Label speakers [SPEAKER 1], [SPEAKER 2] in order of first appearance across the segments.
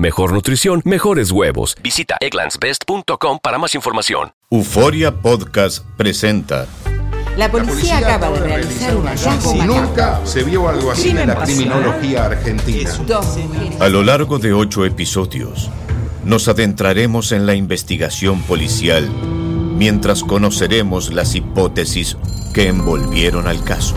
[SPEAKER 1] mejor nutrición, mejores huevos. Visita egglandsbest.com para más información.
[SPEAKER 2] Euforia Podcast presenta.
[SPEAKER 3] La policía, la policía acaba de realizar un hallazgo
[SPEAKER 4] Si nunca se vio algo así en la criminología argentina.
[SPEAKER 2] A lo largo de ocho episodios, nos adentraremos en la investigación policial mientras conoceremos las hipótesis que envolvieron al caso.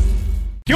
[SPEAKER 5] ¿Qué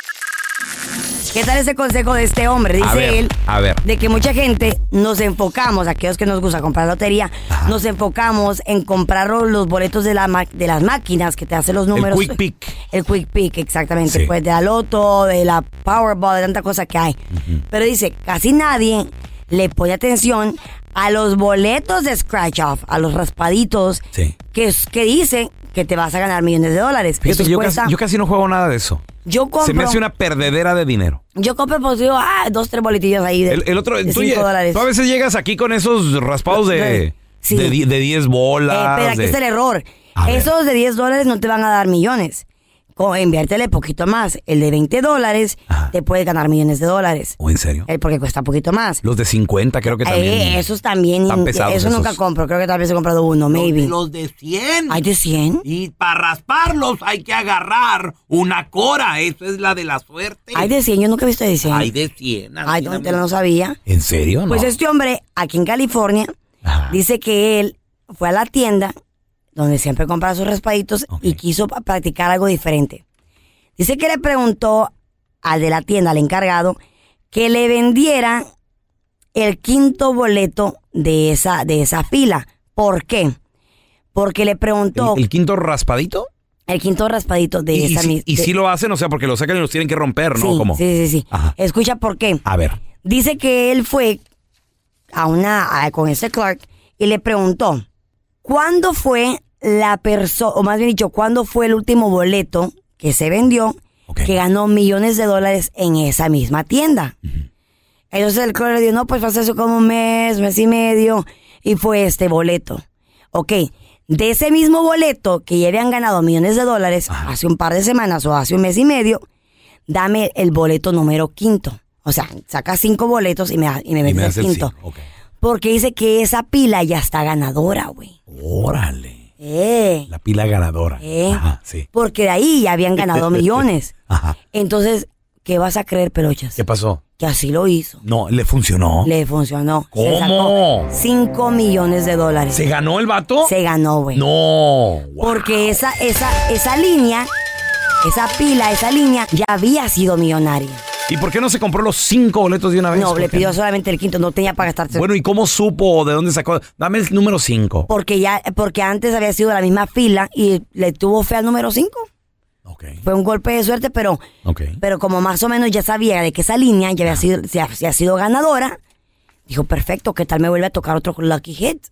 [SPEAKER 6] ¿Qué tal ese consejo de este hombre? Dice
[SPEAKER 7] A ver,
[SPEAKER 6] él.
[SPEAKER 7] a ver.
[SPEAKER 6] De que mucha gente nos enfocamos, aquellos que nos gusta comprar lotería, nos enfocamos en comprar los boletos de, la ma- de las máquinas que te hacen los números.
[SPEAKER 7] quick pick.
[SPEAKER 6] El quick pick, exactamente.
[SPEAKER 7] Sí.
[SPEAKER 6] Pues de la loto, de la Powerball, de tanta cosa que hay. Pero dice, casi nadie le pone atención a los boletos de scratch off, a los raspaditos,
[SPEAKER 7] Sí.
[SPEAKER 6] que, es- que dicen que te vas a ganar millones de dólares.
[SPEAKER 7] Fíjate,
[SPEAKER 6] Eso
[SPEAKER 7] yo,
[SPEAKER 6] cuesta-
[SPEAKER 7] casi, yo casi no juego nada de eso.
[SPEAKER 6] yo compro,
[SPEAKER 7] Se me hace una perdedera de dinero.
[SPEAKER 6] yo compro, pues digo, ah, dos, tres boletillos ahí de,
[SPEAKER 7] El, el otro,
[SPEAKER 6] de
[SPEAKER 7] tú,
[SPEAKER 6] cinco
[SPEAKER 7] lle-
[SPEAKER 6] dólares.
[SPEAKER 7] tú a veces llegas aquí con esos raspados de,
[SPEAKER 6] Sí.
[SPEAKER 7] de, di- de 10
[SPEAKER 6] Eh,
[SPEAKER 7] bolas.
[SPEAKER 6] pero aquí
[SPEAKER 7] de-
[SPEAKER 6] está el error.
[SPEAKER 7] A ver.
[SPEAKER 6] Esos de 10 dólares no te van a dar millones. Co- Inviértele poquito más. El de 20 dólares te puede ganar millones de dólares.
[SPEAKER 7] ¿O en serio?
[SPEAKER 6] Eh, porque cuesta poquito más.
[SPEAKER 7] Los de 50 creo que también.
[SPEAKER 6] Eh, esos también.
[SPEAKER 7] Están
[SPEAKER 6] in-
[SPEAKER 7] pesados
[SPEAKER 6] eso nunca
[SPEAKER 7] esos.
[SPEAKER 6] compro. Creo que tal vez he comprado uno, maybe.
[SPEAKER 8] Los de 100.
[SPEAKER 6] ¿Hay de 100?
[SPEAKER 8] Y para rasparlos hay que agarrar una cora. Esa es la de la suerte.
[SPEAKER 6] ¿Hay de 100? Yo nunca he visto de 100.
[SPEAKER 8] Hay de 100. así
[SPEAKER 6] Ay,
[SPEAKER 8] nada
[SPEAKER 6] no, te
[SPEAKER 8] más.
[SPEAKER 6] lo no sabía.
[SPEAKER 7] ¿En serio? No.
[SPEAKER 6] Pues este hombre, aquí en California,
[SPEAKER 7] Ajá.
[SPEAKER 6] dice que él fue a la tienda donde siempre compra sus raspaditos y
[SPEAKER 7] Ok.
[SPEAKER 6] quiso pa- practicar algo diferente. Dice que le preguntó al de la tienda, al encargado, que le vendiera el quinto boleto de esa, de esa fila. ¿Por qué? Porque le preguntó
[SPEAKER 7] ¿El,
[SPEAKER 6] el,
[SPEAKER 7] el quinto raspadito?
[SPEAKER 6] quinto raspadito de
[SPEAKER 7] y, y
[SPEAKER 6] esa
[SPEAKER 7] si-
[SPEAKER 6] mis-
[SPEAKER 7] y
[SPEAKER 6] de-
[SPEAKER 7] si lo hacen, o sea, porque lo sacan y los tienen que romper, ¿no?
[SPEAKER 6] sí,
[SPEAKER 7] ¿Cómo?
[SPEAKER 6] sí, sí, sí.
[SPEAKER 7] Ajá.
[SPEAKER 6] Escucha por qué.
[SPEAKER 7] A ver.
[SPEAKER 6] Dice que él fue a una a- con ese Clark y le preguntó, ¿cuándo fue la persona, o más bien dicho, cuándo fue el último boleto que se vendió
[SPEAKER 7] Ok.
[SPEAKER 6] que ganó millones de dólares en esa misma tienda? Entonces el Clark le dijo, no, pues pasó eso como un mes, mes y medio, y fue este boleto. Ok, de ese mismo boleto que ya habían ganado millones de dólares hace un par de semanas o hace un mes y medio, dame el boleto número quinto. O sea, saca cinco boletos y me, da- y me
[SPEAKER 7] Y
[SPEAKER 6] metes
[SPEAKER 7] me
[SPEAKER 6] el
[SPEAKER 7] hace el
[SPEAKER 6] quinto.
[SPEAKER 7] cinco, ok.
[SPEAKER 6] Porque dice que esa pila ya está ganadora, güey.
[SPEAKER 7] Órale.
[SPEAKER 6] Eh,
[SPEAKER 7] La pila ganadora.
[SPEAKER 6] eh.
[SPEAKER 7] Ajá, sí.
[SPEAKER 6] Porque de ahí ya habían ganado millones.
[SPEAKER 7] Ajá.
[SPEAKER 6] Entonces, ¿qué vas a creer, Pelochas?
[SPEAKER 7] ¿Qué pasó?
[SPEAKER 6] Que así lo hizo.
[SPEAKER 7] No, le funcionó.
[SPEAKER 6] Le funcionó. Se
[SPEAKER 7] ¿Cómo?
[SPEAKER 6] sacó cinco millones de dólares.
[SPEAKER 7] ¿Se ganó el vato?
[SPEAKER 6] Se ganó, güey.
[SPEAKER 7] No. guau.
[SPEAKER 6] Porque esa, esa, esa línea, esa pila, esa línea, ya había sido millonaria.
[SPEAKER 5] ¿Y por qué no se compró los cinco boletos de una vez?
[SPEAKER 6] No, le
[SPEAKER 5] ¿Por qué
[SPEAKER 6] pidió solamente el quinto, no tenía para gastarse.
[SPEAKER 7] Bueno, ¿y cómo supo? ¿De dónde sacó? Dame el número 5.
[SPEAKER 6] Porque ya, porque antes había sido la misma fila y le tuvo fe al número 5. Fue un golpe de suerte, pero, pero como más o menos ya sabía de que esa línea ya había sido, se ha- se ha sido ganadora, dijo, perfecto, ¿qué tal me vuelve a tocar otro Lucky Hit?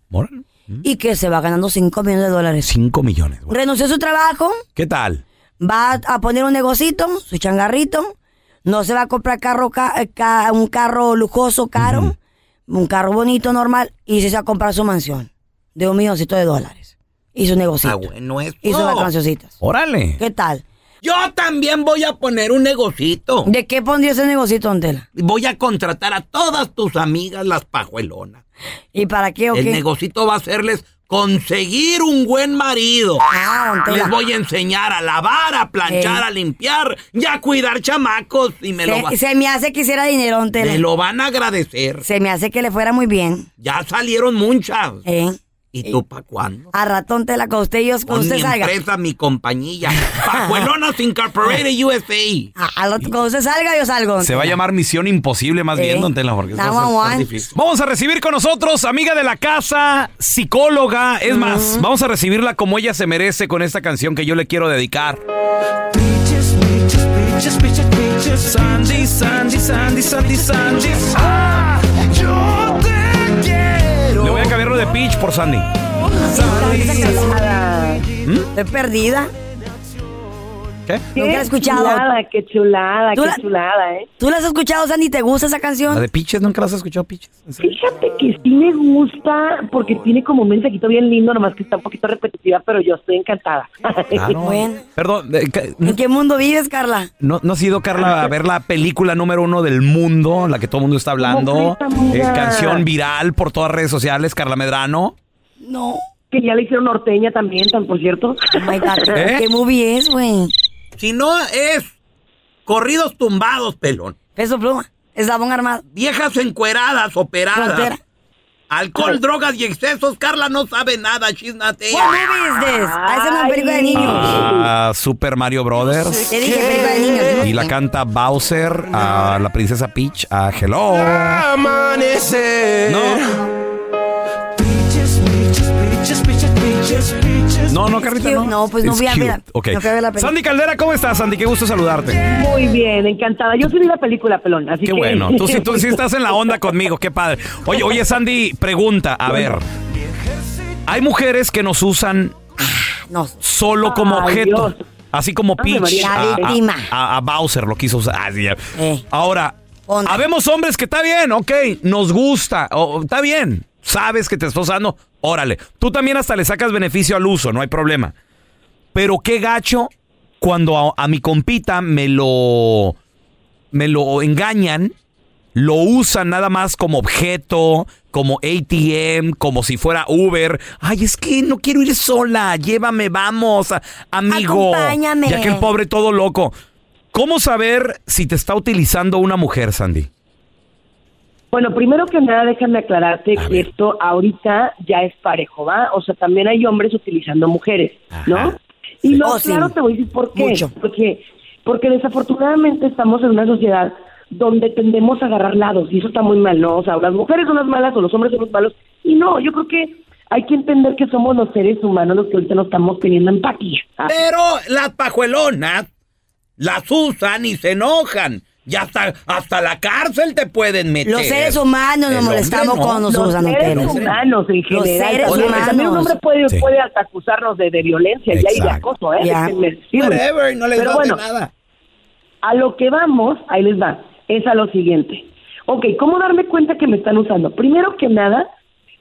[SPEAKER 6] Y que se va ganando 5 millones de dólares.
[SPEAKER 7] 5 Mm. millones.
[SPEAKER 6] Renunció a su trabajo,
[SPEAKER 7] ¿Qué tal?
[SPEAKER 6] va a poner un negocito, su changarrito, no se va a comprar carro ca- eh, ca- un carro lujoso, caro, un carro bonito, normal, y se va a comprar su mansión de un milloncito de dólares. Y su negocito.
[SPEAKER 8] Ah, bueno, eso.
[SPEAKER 6] Hizo las cancioncitas.
[SPEAKER 7] Órale.
[SPEAKER 6] ¿Qué tal?
[SPEAKER 8] Yo también voy a poner un negocito.
[SPEAKER 6] ¿De qué pondría ese negocito, Antela?
[SPEAKER 8] Voy a contratar a todas tus amigas las pajuelonas.
[SPEAKER 6] ¿Y para qué o
[SPEAKER 8] El
[SPEAKER 6] qué?
[SPEAKER 8] negocito va a hacerles conseguir un buen marido.
[SPEAKER 6] Ah, don Tela.
[SPEAKER 8] Les voy a enseñar a lavar, a planchar,
[SPEAKER 6] Eh.
[SPEAKER 8] a limpiar y a cuidar chamacos. Y me lo, va-
[SPEAKER 6] se, se me hace que hiciera dinero, Antela.
[SPEAKER 8] me lo van a agradecer.
[SPEAKER 6] Se me hace que le fuera muy bien.
[SPEAKER 8] Ya salieron muchas.
[SPEAKER 6] ¿eh?
[SPEAKER 8] ¿Y tú pa' cuándo?
[SPEAKER 6] A ratón Tela, con usted y yo, con
[SPEAKER 8] Con mi
[SPEAKER 6] usted salga.
[SPEAKER 8] empresa, mi compañía. Pajuelonas Incorporated USA.
[SPEAKER 6] A- a rato- cuando usted salga, yo salgo. don
[SPEAKER 5] Se va a
[SPEAKER 6] Tela.
[SPEAKER 5] llamar Misión Imposible más
[SPEAKER 6] Sí.
[SPEAKER 5] bien, don Tela, porque esto
[SPEAKER 6] Nine
[SPEAKER 5] va a ser-
[SPEAKER 6] one one.
[SPEAKER 5] está difícil. Vamos a recibir con nosotros, amiga de la casa, psicóloga, es más, vamos a recibirla como ella se merece con esta canción que yo le quiero dedicar.
[SPEAKER 9] Peaches, peaches, peaches, peaches, peaches. Sandy, Sandy, Sandy, Sandy, Sandy. Ah, yo te quiero.
[SPEAKER 5] Le voy a cambiarlo de pitch por Sandy. ¿Mm?
[SPEAKER 6] Sandy, Estoy perdida.
[SPEAKER 5] ¿Qué?
[SPEAKER 6] Nunca la he escuchado.
[SPEAKER 10] Chulada, qué chulada,
[SPEAKER 6] ¿Tú
[SPEAKER 10] qué
[SPEAKER 6] la-
[SPEAKER 10] chulada, ¿eh?
[SPEAKER 6] ¿Tú la has escuchado, Sandy? ¿Te gusta esa
[SPEAKER 5] La
[SPEAKER 6] canción?
[SPEAKER 5] de pitches, nunca las has escuchado, pitches.
[SPEAKER 10] Fíjate que sí me gusta porque tiene como un mensajito bien lindo, nomás que está un poquito repetitiva, pero yo estoy encantada.
[SPEAKER 5] Ah, Claro. Perdón, eh, ca-
[SPEAKER 6] ¿En qué mundo vives, Carla?
[SPEAKER 5] ¿No, ¿No has ido, Carla, a ver la película número uno del mundo, la que todo el mundo está hablando?
[SPEAKER 10] ¿Cómo crees, amiga?
[SPEAKER 5] Eh, canción viral por todas las redes sociales, Carla Medrano.
[SPEAKER 6] No.
[SPEAKER 10] Que ya le hicieron norteña también, tan por cierto.
[SPEAKER 6] Oh my God,
[SPEAKER 5] ¿Eh?
[SPEAKER 6] ¿Qué movie es, güey?
[SPEAKER 8] Si no es corridos tumbados, pelón.
[SPEAKER 6] Peso pluma. Eslabón armado.
[SPEAKER 8] Viejas encueradas, operadas.
[SPEAKER 6] Frontera.
[SPEAKER 8] Alcohol, drogas y excesos. Carla no sabe nada. She's not there.
[SPEAKER 6] What movie is this? Ah, esa es una película de niños.
[SPEAKER 5] A Super Mario Brothers.
[SPEAKER 6] Te dije película de niños.
[SPEAKER 5] Y la canta Bowser a la princesa Peach a Hello.
[SPEAKER 9] Amanecer.
[SPEAKER 5] No,
[SPEAKER 9] Peaches, peaches, peaches, peaches, peaches, peaches.
[SPEAKER 5] no, no,
[SPEAKER 9] peaches.
[SPEAKER 5] Carlita,
[SPEAKER 6] cute.
[SPEAKER 5] no.
[SPEAKER 6] No, pues no
[SPEAKER 5] It's
[SPEAKER 6] voy a
[SPEAKER 5] cute.
[SPEAKER 6] ver-
[SPEAKER 5] Ok.
[SPEAKER 6] no fui a ver la película.
[SPEAKER 5] Sandy Caldera, ¿cómo estás, Sandy? Qué gusto saludarte.
[SPEAKER 10] Muy bien, encantada. Yo soy vi la película, pelón, así
[SPEAKER 5] Qué
[SPEAKER 10] que...
[SPEAKER 5] bueno. Tú sí, tú sí estás en la onda conmigo, qué padre. Oye, oye, Sandy, pregunta, a ver. Hay mujeres que nos usan
[SPEAKER 6] No.
[SPEAKER 5] solo como
[SPEAKER 6] Ay,
[SPEAKER 5] objeto.
[SPEAKER 6] Dios.
[SPEAKER 5] Así como
[SPEAKER 6] Ave
[SPEAKER 5] Peach
[SPEAKER 6] María.
[SPEAKER 5] a,
[SPEAKER 6] La
[SPEAKER 5] a-
[SPEAKER 6] víctima.
[SPEAKER 5] a- a Bowser lo quiso usar. Ah, sí, ya.
[SPEAKER 6] Eh.
[SPEAKER 5] Ahora,
[SPEAKER 6] Onda.
[SPEAKER 5] habemos hombres que está bien, ok, nos gusta, o- está bien, sabes que te estás usando, órale. Tú también hasta le sacas beneficio al uso, no hay problema. Pero qué gacho cuando a, a mi compita me lo, me lo engañan, lo usan nada más como objeto, como ATM, como si fuera Uber. Ay, es que no quiero ir sola, llévame, vamos, a- amigo.
[SPEAKER 6] Acompáñame.
[SPEAKER 5] Ya que el pobre todo loco. ¿Cómo saber si te está utilizando una mujer, Sandy?
[SPEAKER 10] Bueno, primero que nada, déjame aclararte que esto ahorita ya es parejo, ¿va? O sea, también hay hombres utilizando mujeres, ¿no? Y lo
[SPEAKER 6] Oh, sí.
[SPEAKER 10] claro te voy a decir por qué.
[SPEAKER 6] Mucho.
[SPEAKER 10] Porque, porque desafortunadamente estamos en una sociedad donde tendemos a agarrar lados y eso está muy mal, ¿no? O sea, o las mujeres son las malas o los hombres son los malos. Y no, yo creo que hay que entender que somos los seres humanos los que ahorita nos estamos teniendo empatía.
[SPEAKER 6] Ah.
[SPEAKER 10] ¿sabes?
[SPEAKER 8] Pero las pajuelonas las usan y se enojan. Y hasta, hasta la cárcel te pueden meter.
[SPEAKER 6] Los seres humanos
[SPEAKER 8] El
[SPEAKER 6] nos
[SPEAKER 8] hombre
[SPEAKER 6] molestamos
[SPEAKER 8] no.
[SPEAKER 6] cuando nos
[SPEAKER 10] los
[SPEAKER 6] usan
[SPEAKER 10] seres
[SPEAKER 6] ustedes.
[SPEAKER 10] humanos en
[SPEAKER 6] Los
[SPEAKER 10] general.
[SPEAKER 6] seres
[SPEAKER 10] porque También un
[SPEAKER 6] humanos.
[SPEAKER 10] hombre puede,
[SPEAKER 7] Sí.
[SPEAKER 10] puede hasta acusarnos de, de violencia ya y de
[SPEAKER 7] Exacto.
[SPEAKER 10] acoso, ¿eh?
[SPEAKER 6] Ya.
[SPEAKER 10] Déjenme decirles.
[SPEAKER 8] Whatever, no les
[SPEAKER 10] Pero
[SPEAKER 8] hace
[SPEAKER 10] bueno,
[SPEAKER 8] nada.
[SPEAKER 10] a lo que vamos, ahí les va, es a lo siguiente. Ok, ¿cómo darme cuenta que me están usando? Primero que nada,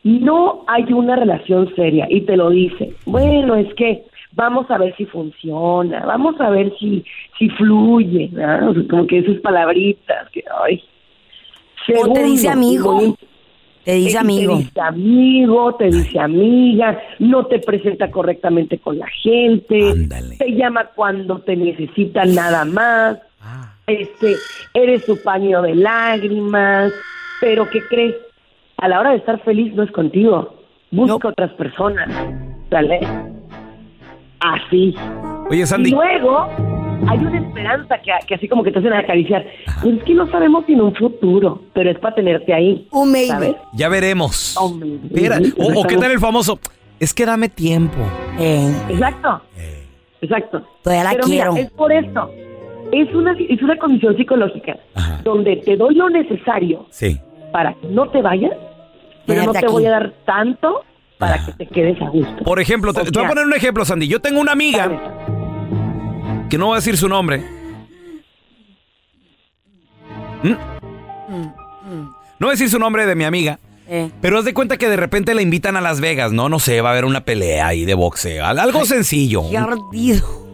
[SPEAKER 10] no hay una relación seria y te lo dice. Bueno, es que vamos a ver si funciona, vamos a ver si, si fluye, ¿no? O sea, como que esas palabritas que, ay.
[SPEAKER 6] O te dice
[SPEAKER 10] Segundo,
[SPEAKER 6] amigo.
[SPEAKER 10] muy-
[SPEAKER 6] Te dice
[SPEAKER 10] Eh, te-
[SPEAKER 6] amigo.
[SPEAKER 10] Te dice amigo, te dice amiga, no te presenta correctamente con la gente,
[SPEAKER 7] Ándale.
[SPEAKER 10] te llama cuando te necesita nada más,
[SPEAKER 6] Ah.
[SPEAKER 10] este, eres su paño de lágrimas, pero ¿qué crees? A la hora de estar feliz no es contigo, busca otras personas, ¿sale? Así.
[SPEAKER 5] Oye,
[SPEAKER 10] Y
[SPEAKER 5] Sandy,
[SPEAKER 10] luego, Hay una esperanza que, que así como que te hacen acariciar. Pues es que no sabemos si en un futuro, pero es para tenerte ahí.
[SPEAKER 6] Un maybe.
[SPEAKER 10] ¿sabes?
[SPEAKER 5] Ya veremos.
[SPEAKER 10] Hombre,
[SPEAKER 5] Mira,
[SPEAKER 10] sí,
[SPEAKER 5] o, o qué
[SPEAKER 10] estamos-
[SPEAKER 5] tal el famoso. Es que dame tiempo. Eh.
[SPEAKER 10] Exacto. Exacto.
[SPEAKER 6] Eh. Todavía la
[SPEAKER 10] Pero
[SPEAKER 6] quiero.
[SPEAKER 10] Mira, es por esto. Es una, es una condición psicológica donde te doy lo necesario
[SPEAKER 5] Sí.
[SPEAKER 10] para que no te vayas, pero
[SPEAKER 5] Quédate
[SPEAKER 10] no te
[SPEAKER 5] aquí.
[SPEAKER 10] voy a dar tanto para que te quedes a gusto.
[SPEAKER 5] Por ejemplo, te, te voy a poner un ejemplo, Sandy. Yo tengo una amiga que no voy a decir su nombre. ¿Mm? No voy a decir su nombre de mi amiga.
[SPEAKER 6] Eh.
[SPEAKER 5] Pero haz de cuenta que de repente la invitan a Las Vegas, ¿no? No sé, va a haber una pelea ahí de boxeo. al- Algo sencillo.
[SPEAKER 6] Qué ardido.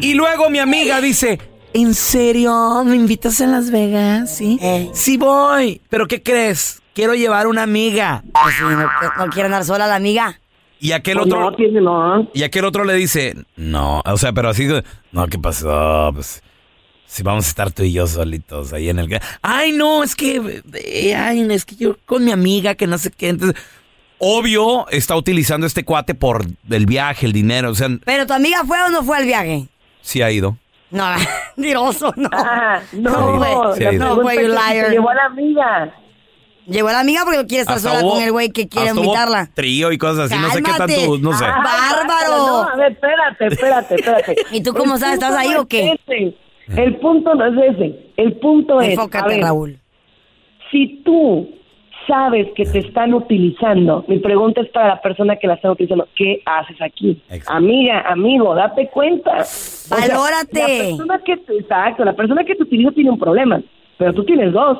[SPEAKER 5] Y luego mi amiga dice, ¿en serio? ¿Me invitas a Las Vegas? Sí. Sí voy. Eh, ¿Pero qué crees? Quiero llevar una amiga.
[SPEAKER 6] No quiero andar sola la amiga.
[SPEAKER 5] Y
[SPEAKER 6] Pues
[SPEAKER 5] aquel otro...
[SPEAKER 10] Pues no.
[SPEAKER 5] Y aquel otro le dice, no, o sea, pero así, de, no, ¿qué pasó? Pues, si vamos a estar tú y yo solitos ahí en el... Ay, no, es que, eh, ay, es que yo con mi amiga que no sé qué, entonces... Obvio, está utilizando este cuate por el viaje, el dinero, o sea,
[SPEAKER 6] Pero tu amiga fue o no fue al viaje.
[SPEAKER 5] sí ha ido.
[SPEAKER 6] No, mentiroso, no.
[SPEAKER 10] Ah, no,
[SPEAKER 6] no,
[SPEAKER 5] sí, sí.
[SPEAKER 6] Oh, no, güey, you
[SPEAKER 10] Pregunta que si
[SPEAKER 6] liar.
[SPEAKER 10] te llevó a la amiga.
[SPEAKER 6] Llegó la amiga porque quiere estar
[SPEAKER 5] Hasta
[SPEAKER 6] sola
[SPEAKER 5] hubo-
[SPEAKER 6] con el güey que quiere
[SPEAKER 5] hasta hubo
[SPEAKER 6] invitarla.
[SPEAKER 5] Trío y cosas así, no sé qué
[SPEAKER 6] Cálmate.
[SPEAKER 5] tanto, no sé.
[SPEAKER 6] Ah.
[SPEAKER 10] Bárbaro. No, a ver, espérate, espérate, espérate.
[SPEAKER 6] ¿Y tú cómo
[SPEAKER 10] El
[SPEAKER 6] sabes? ¿Estás
[SPEAKER 10] punto
[SPEAKER 6] ahí
[SPEAKER 10] no
[SPEAKER 6] o qué?
[SPEAKER 10] es ese. El punto no es ese. El punto es.
[SPEAKER 6] Enfócate,
[SPEAKER 10] a ver,
[SPEAKER 6] Raúl.
[SPEAKER 10] Si tú sabes que te están utilizando, mi pregunta es para la persona que la está utilizando: ¿qué haces aquí? Amiga, amigo, date cuenta. O sea,
[SPEAKER 6] Valórate.
[SPEAKER 10] la persona que te- exacto, la persona que te utiliza tiene un problema, pero tú tienes dos.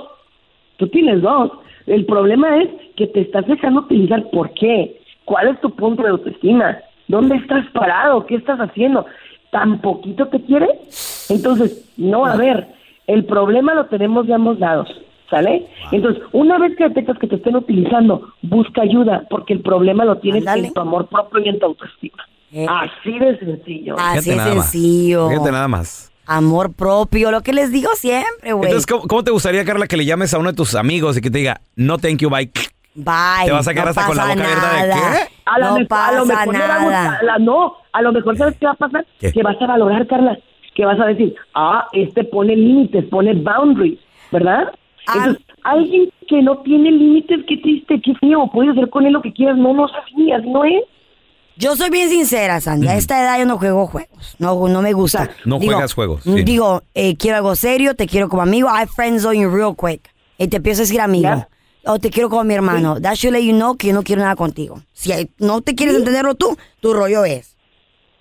[SPEAKER 10] Tú tienes dos. El problema es que te estás dejando utilizar. ¿Por qué? ¿Cuál es tu punto de autoestima? ¿Dónde estás parado? ¿Qué estás haciendo? ¿Tan poquito te quieres? Entonces, no, a ver, el problema lo tenemos de ambos lados, ¿sale? Entonces, una vez que detectas que te estén utilizando, busca ayuda, porque el problema lo tienes en tu amor propio y en tu autoestima. Así de sencillo.
[SPEAKER 5] Fíjate
[SPEAKER 6] Así es
[SPEAKER 5] nada más.
[SPEAKER 6] sencillo.
[SPEAKER 5] Fíjate nada más.
[SPEAKER 6] Amor propio, lo que les digo siempre, güey.
[SPEAKER 5] Entonces, ¿cómo, cómo te gustaría, Carla, que le llames a uno de tus amigos y que te diga, no thank you, bye?
[SPEAKER 6] Bye.
[SPEAKER 5] Te vas a quedar
[SPEAKER 6] no
[SPEAKER 5] hasta con la
[SPEAKER 6] pasa
[SPEAKER 5] boca abierta de,
[SPEAKER 6] nada.
[SPEAKER 5] ¿qué?
[SPEAKER 10] A lo
[SPEAKER 6] No
[SPEAKER 10] mejor, a lo
[SPEAKER 6] pasa
[SPEAKER 10] mejor le va a
[SPEAKER 6] nada.
[SPEAKER 10] gustar- la- no, a lo mejor sabes qué va a pasar, que vas a valorar, Carla, que vas a decir, ah, este pone límites, pone boundaries, ¿verdad? Entonces, alguien que no tiene límites, qué triste, qué feo, puedes hacer con él lo que quieras, no no sabías, ¿no es?
[SPEAKER 6] Yo soy bien sincera, Sandy. A esta edad yo no juego juegos. No, no me gusta.
[SPEAKER 5] No
[SPEAKER 6] Digo,
[SPEAKER 5] juegas juegos, sí.
[SPEAKER 6] Digo, eh, quiero algo serio, te quiero como amigo. I friendzone you real quick. Y te empiezo a decir amigo. O te quiero como mi hermano. That should let you know que yo no quiero nada contigo. Si hay- no te quieres entenderlo tú, tu rollo es.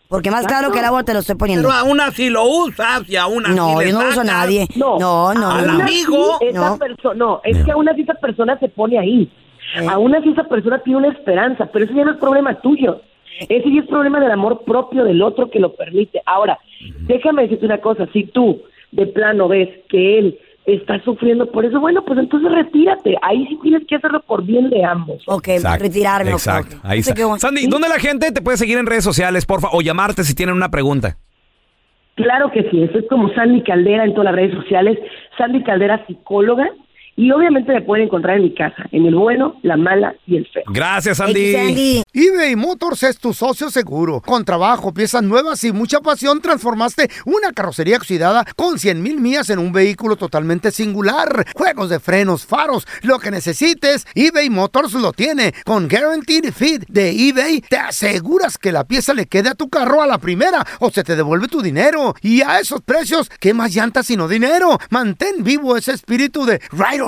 [SPEAKER 6] Porque más claro que el agua te lo estoy poniendo.
[SPEAKER 8] Pero aún así lo usas y aún así
[SPEAKER 6] No, eh,
[SPEAKER 8] le
[SPEAKER 6] yo no uso a
[SPEAKER 8] sacas.
[SPEAKER 6] nadie. No, no, no.
[SPEAKER 8] Al
[SPEAKER 6] no.
[SPEAKER 8] amigo.
[SPEAKER 10] Esa
[SPEAKER 6] No. Eh.
[SPEAKER 10] perso- no, es que aún así esa persona se pone ahí. Aún así esa persona tiene una esperanza, pero ese ya no es problema tuyo. Ese ya es problema del amor propio del otro que lo permite. Ahora, déjame decirte una cosa, si tú de plano ves que él está sufriendo por eso, bueno, pues entonces retírate. Ahí sí tienes que hacerlo por bien de ambos.
[SPEAKER 6] Ok,
[SPEAKER 5] Exacto,
[SPEAKER 6] retirarme. ok,
[SPEAKER 5] Exacto.
[SPEAKER 6] ok.
[SPEAKER 5] Ahí
[SPEAKER 6] No sé
[SPEAKER 5] está.
[SPEAKER 6] qué voy-
[SPEAKER 5] Sandy, ¿dónde la gente te puede seguir en redes sociales, porfa? O llamarte si tienen una pregunta.
[SPEAKER 10] Claro que sí, eso es como Sandy Caldera en todas las redes sociales, Sandy Caldera psicóloga, y obviamente me pueden encontrar en mi casa, en el bueno, la mala y el feo.
[SPEAKER 5] Gracias, Sandy.
[SPEAKER 11] eBay Motors es tu socio seguro. Con trabajo, piezas nuevas y mucha pasión, transformaste una carrocería oxidada con 100 mil millas en un vehículo totalmente singular. Juegos de frenos, faros, lo que necesites, eBay Motors lo tiene. Con Guaranteed Fit de eBay, te aseguras que la pieza le quede a tu carro a la primera o se te devuelve tu dinero. Y a esos precios, ¿qué más llantas sino dinero? Mantén vivo ese espíritu de Ride or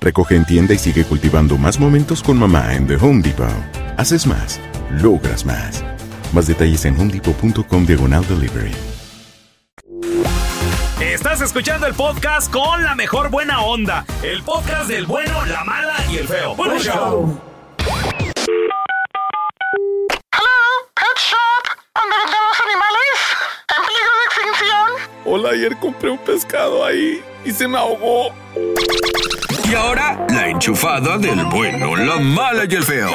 [SPEAKER 12] Recoge en tienda y sigue cultivando más momentos con mamá en The Home Depot. Haces más, logras más. Más detalles en homedepot.com diagonal delivery.
[SPEAKER 7] Estás escuchando el podcast con la mejor buena onda. El podcast del bueno, la mala y el feo. Buen show.
[SPEAKER 13] ¿Dónde venden los animales? ¿En peligro de extinción?
[SPEAKER 14] Hola, ayer compré un pescado ahí y se me ahogó.
[SPEAKER 15] Y ahora, la enchufada del bueno, la mala y el feo.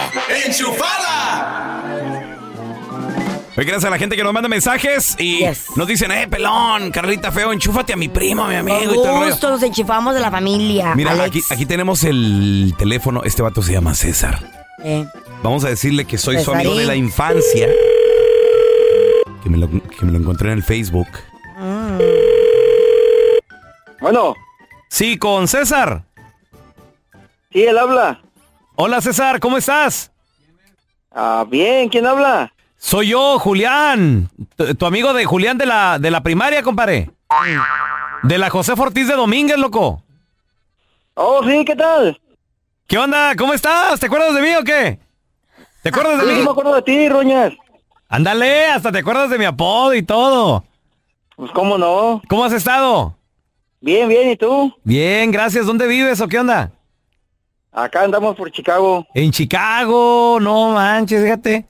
[SPEAKER 5] Oye, gracias a la gente que nos manda mensajes y nos dicen, eh, pelón, Carlita Feo, enchúfate a mi primo, a mi amigo y todo el rollo.
[SPEAKER 6] Justo nos enchufamos de la familia.
[SPEAKER 5] Mira,
[SPEAKER 6] Alex.
[SPEAKER 5] aquí, aquí tenemos el teléfono. Este vato se llama César.
[SPEAKER 6] Eh,
[SPEAKER 5] Vamos a decirle que soy su
[SPEAKER 6] Cesarín.
[SPEAKER 5] amigo de la infancia. Que me, lo, que me lo encontré en el Facebook.
[SPEAKER 16] Ah.
[SPEAKER 6] mm.
[SPEAKER 5] Bueno. Sí, con César.
[SPEAKER 16] Sí, él habla.
[SPEAKER 5] Hola, César, ¿cómo estás?
[SPEAKER 16] Ah, bien, ¿quién habla?
[SPEAKER 5] Soy yo, Julián. Tu, tu amigo de Julián de la, de la primaria, compadre. De la José Ortiz de Domínguez, loco.
[SPEAKER 16] Oh, sí, ¿qué tal?
[SPEAKER 5] ¿Qué onda? ¿Cómo estás? ¿Te acuerdas de mí o qué? ¿Te acuerdas de
[SPEAKER 16] Sí,
[SPEAKER 5] mí?
[SPEAKER 16] sí me acuerdo de ti, Roñas.
[SPEAKER 5] Ándale, hasta te acuerdas de mi apodo y todo.
[SPEAKER 16] Pues cómo no.
[SPEAKER 5] ¿Cómo has estado?
[SPEAKER 16] Bien, bien, ¿y tú?
[SPEAKER 5] Bien, gracias. ¿Dónde vives o qué onda?
[SPEAKER 16] Acá andamos por Chicago.
[SPEAKER 5] En Chicago, no manches, fíjate.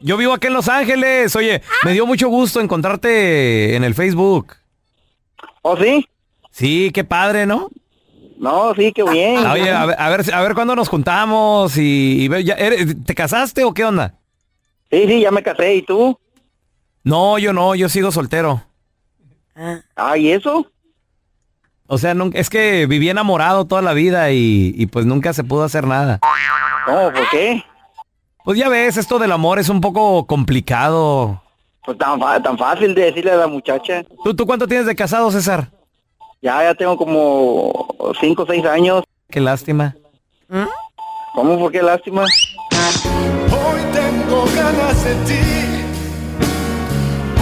[SPEAKER 5] Yo vivo aquí en Los Ángeles. Oye, me dio mucho gusto encontrarte en el Facebook.
[SPEAKER 16] ¿Oh, sí?
[SPEAKER 5] Sí, qué padre, ¿no? Ah,
[SPEAKER 16] No, sí, qué bien.
[SPEAKER 5] Oye, a ver, a ver, si- a ver cuándo nos juntamos y, y ve- ya eres- ¿te casaste o qué onda?
[SPEAKER 16] Sí, sí, ya me casé, ¿y tú?
[SPEAKER 5] No, yo no, yo sigo soltero.
[SPEAKER 16] Ah, ¿y eso?
[SPEAKER 5] O sea, nunca- es que viví enamorado toda la vida y, y pues nunca se pudo hacer nada.
[SPEAKER 16] No, ¿por qué?
[SPEAKER 5] Pues ya ves, esto del amor es un poco complicado.
[SPEAKER 16] Pues tan, fa- tan fácil de decirle a la muchacha.
[SPEAKER 5] ¿Tú, ¿Tú cuánto tienes de casado, César?
[SPEAKER 16] Ya, ya tengo como cinco o seis años.
[SPEAKER 5] Qué lástima.
[SPEAKER 16] ¿Cómo? ¿Por qué lástima?
[SPEAKER 9] Hoy tengo ganas de ti.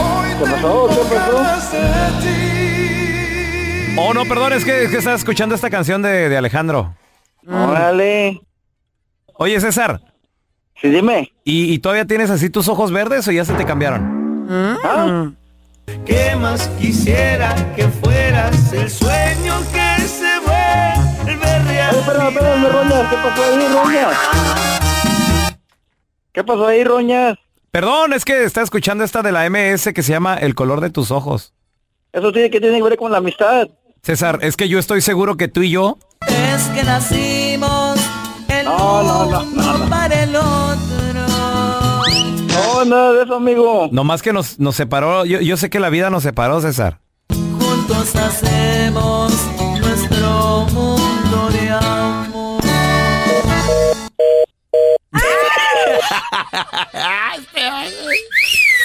[SPEAKER 9] Hoy
[SPEAKER 16] ¿Qué pasó? ¿Qué pasó?
[SPEAKER 9] ganas de ti.
[SPEAKER 5] Oh, no, perdón, es que, es que estaba escuchando esta canción de, de Alejandro.
[SPEAKER 16] Mm. Órale.
[SPEAKER 5] Oye, César.
[SPEAKER 16] Sí, dime.
[SPEAKER 5] ¿Y, y todavía tienes así tus ojos verdes o ya se te cambiaron?
[SPEAKER 16] Ah,
[SPEAKER 9] ¿Qué más quisiera que fueras el sueño que se vuelve real?
[SPEAKER 16] Espera, espérame, Roñas, ¿qué pasó ahí, Roñas? ¿Qué pasó ahí, Roñas?
[SPEAKER 5] Perdón, es que estaba escuchando esta de la MS que se llama El color de tus ojos.
[SPEAKER 16] Eso tiene que tiene que ver con la amistad.
[SPEAKER 5] César, es que yo estoy seguro que tú y yo
[SPEAKER 9] Es que nacimos el
[SPEAKER 8] Ah,
[SPEAKER 16] No, no, no, no,
[SPEAKER 9] uno para el otro.
[SPEAKER 16] No, nada de eso, amigo.
[SPEAKER 5] Nomás que nos, nos separó, yo, yo sé que la vida nos separó, César.
[SPEAKER 9] Juntos hacemos nuestro mundo de amor.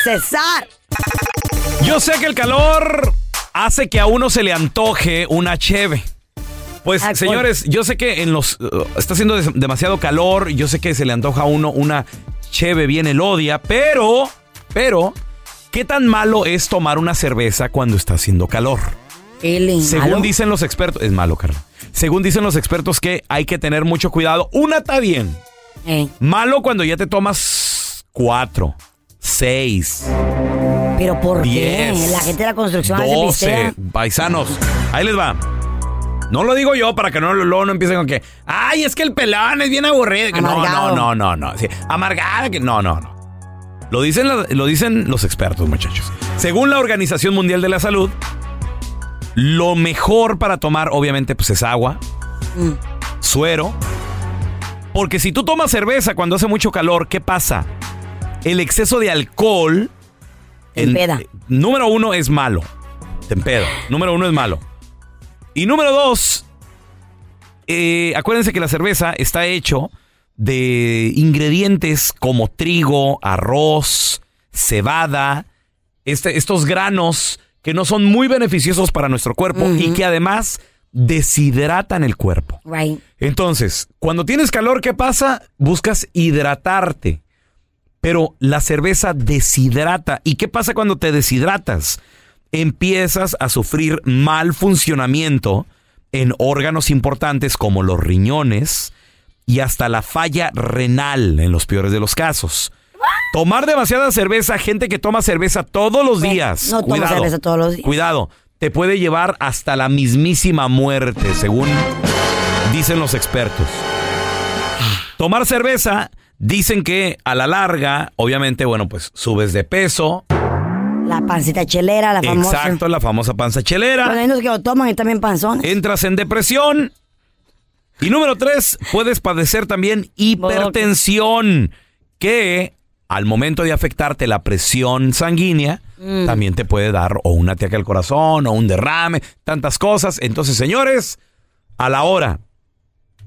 [SPEAKER 6] César.
[SPEAKER 5] Yo sé que el calor hace que a uno se le antoje una cheve. Pues,
[SPEAKER 7] Ah,
[SPEAKER 5] señores, yo sé que en los uh, está haciendo des- demasiado calor, yo sé que se le antoja a uno una cheve bien elodia, pero, pero, ¿qué tan malo es tomar una cerveza cuando está haciendo calor? Según
[SPEAKER 6] malo.
[SPEAKER 5] dicen los expertos, es malo, Carla. Según dicen los expertos que hay que tener mucho cuidado. Una está bien.
[SPEAKER 6] Eh.
[SPEAKER 5] Malo cuando ya te tomas cuatro, seis.
[SPEAKER 6] Pero ¿por qué?
[SPEAKER 5] Diez.
[SPEAKER 6] Eh, La gente de la construcción hace
[SPEAKER 5] 12,
[SPEAKER 6] visera.
[SPEAKER 5] paisanos. Ahí les va. No lo digo yo para que no, luego no empiecen con que, ay, es que el pelón es bien aburrido. Que no, no,
[SPEAKER 7] Amargado.
[SPEAKER 5] no, no, no. Sí, amargada, que no, no, no. Lo dicen, la- lo dicen los expertos, muchachos. Según la Organización Mundial de la Salud, lo mejor para tomar, obviamente, pues es agua, suero. Porque si tú tomas cerveza cuando hace mucho calor, ¿qué pasa? El exceso de alcohol
[SPEAKER 6] Te empeda.
[SPEAKER 5] eh, Número uno es malo. Te empedo. Número uno es malo. Y número dos, eh, acuérdense que la cerveza está hecho de ingredientes como trigo, arroz, cebada, este- estos granos que no son muy beneficiosos para nuestro cuerpo y que además deshidratan el cuerpo.
[SPEAKER 6] Right.
[SPEAKER 5] Entonces, cuando tienes calor, ¿qué pasa? Buscas hidratarte. Pero la cerveza deshidrata. ¿Y qué pasa cuando te deshidratas? Empiezas a sufrir mal funcionamiento en órganos importantes como los riñones y hasta la falla renal en los peores de los casos. Tomar demasiada cerveza, gente que toma cerveza todos los días.
[SPEAKER 6] no tomo
[SPEAKER 5] cuidado,
[SPEAKER 6] cerveza todos los días.
[SPEAKER 5] Cuidado, te puede llevar hasta la mismísima muerte, según dicen los expertos. Tomar cerveza, dicen que a la larga, obviamente, bueno, pues subes de peso.
[SPEAKER 6] La pancita chelera, la famosa.
[SPEAKER 5] Exacto, la famosa panza
[SPEAKER 6] Bueno,
[SPEAKER 5] chelera.
[SPEAKER 6] hay unos que lo toman y también panzones.
[SPEAKER 5] Entras en depresión. Y número tres, puedes padecer también hipertensión, que al momento de afectarte la presión sanguínea,
[SPEAKER 9] Mm.
[SPEAKER 5] también te puede dar o un ataque al corazón o un derrame, tantas cosas. Entonces, señores, a la hora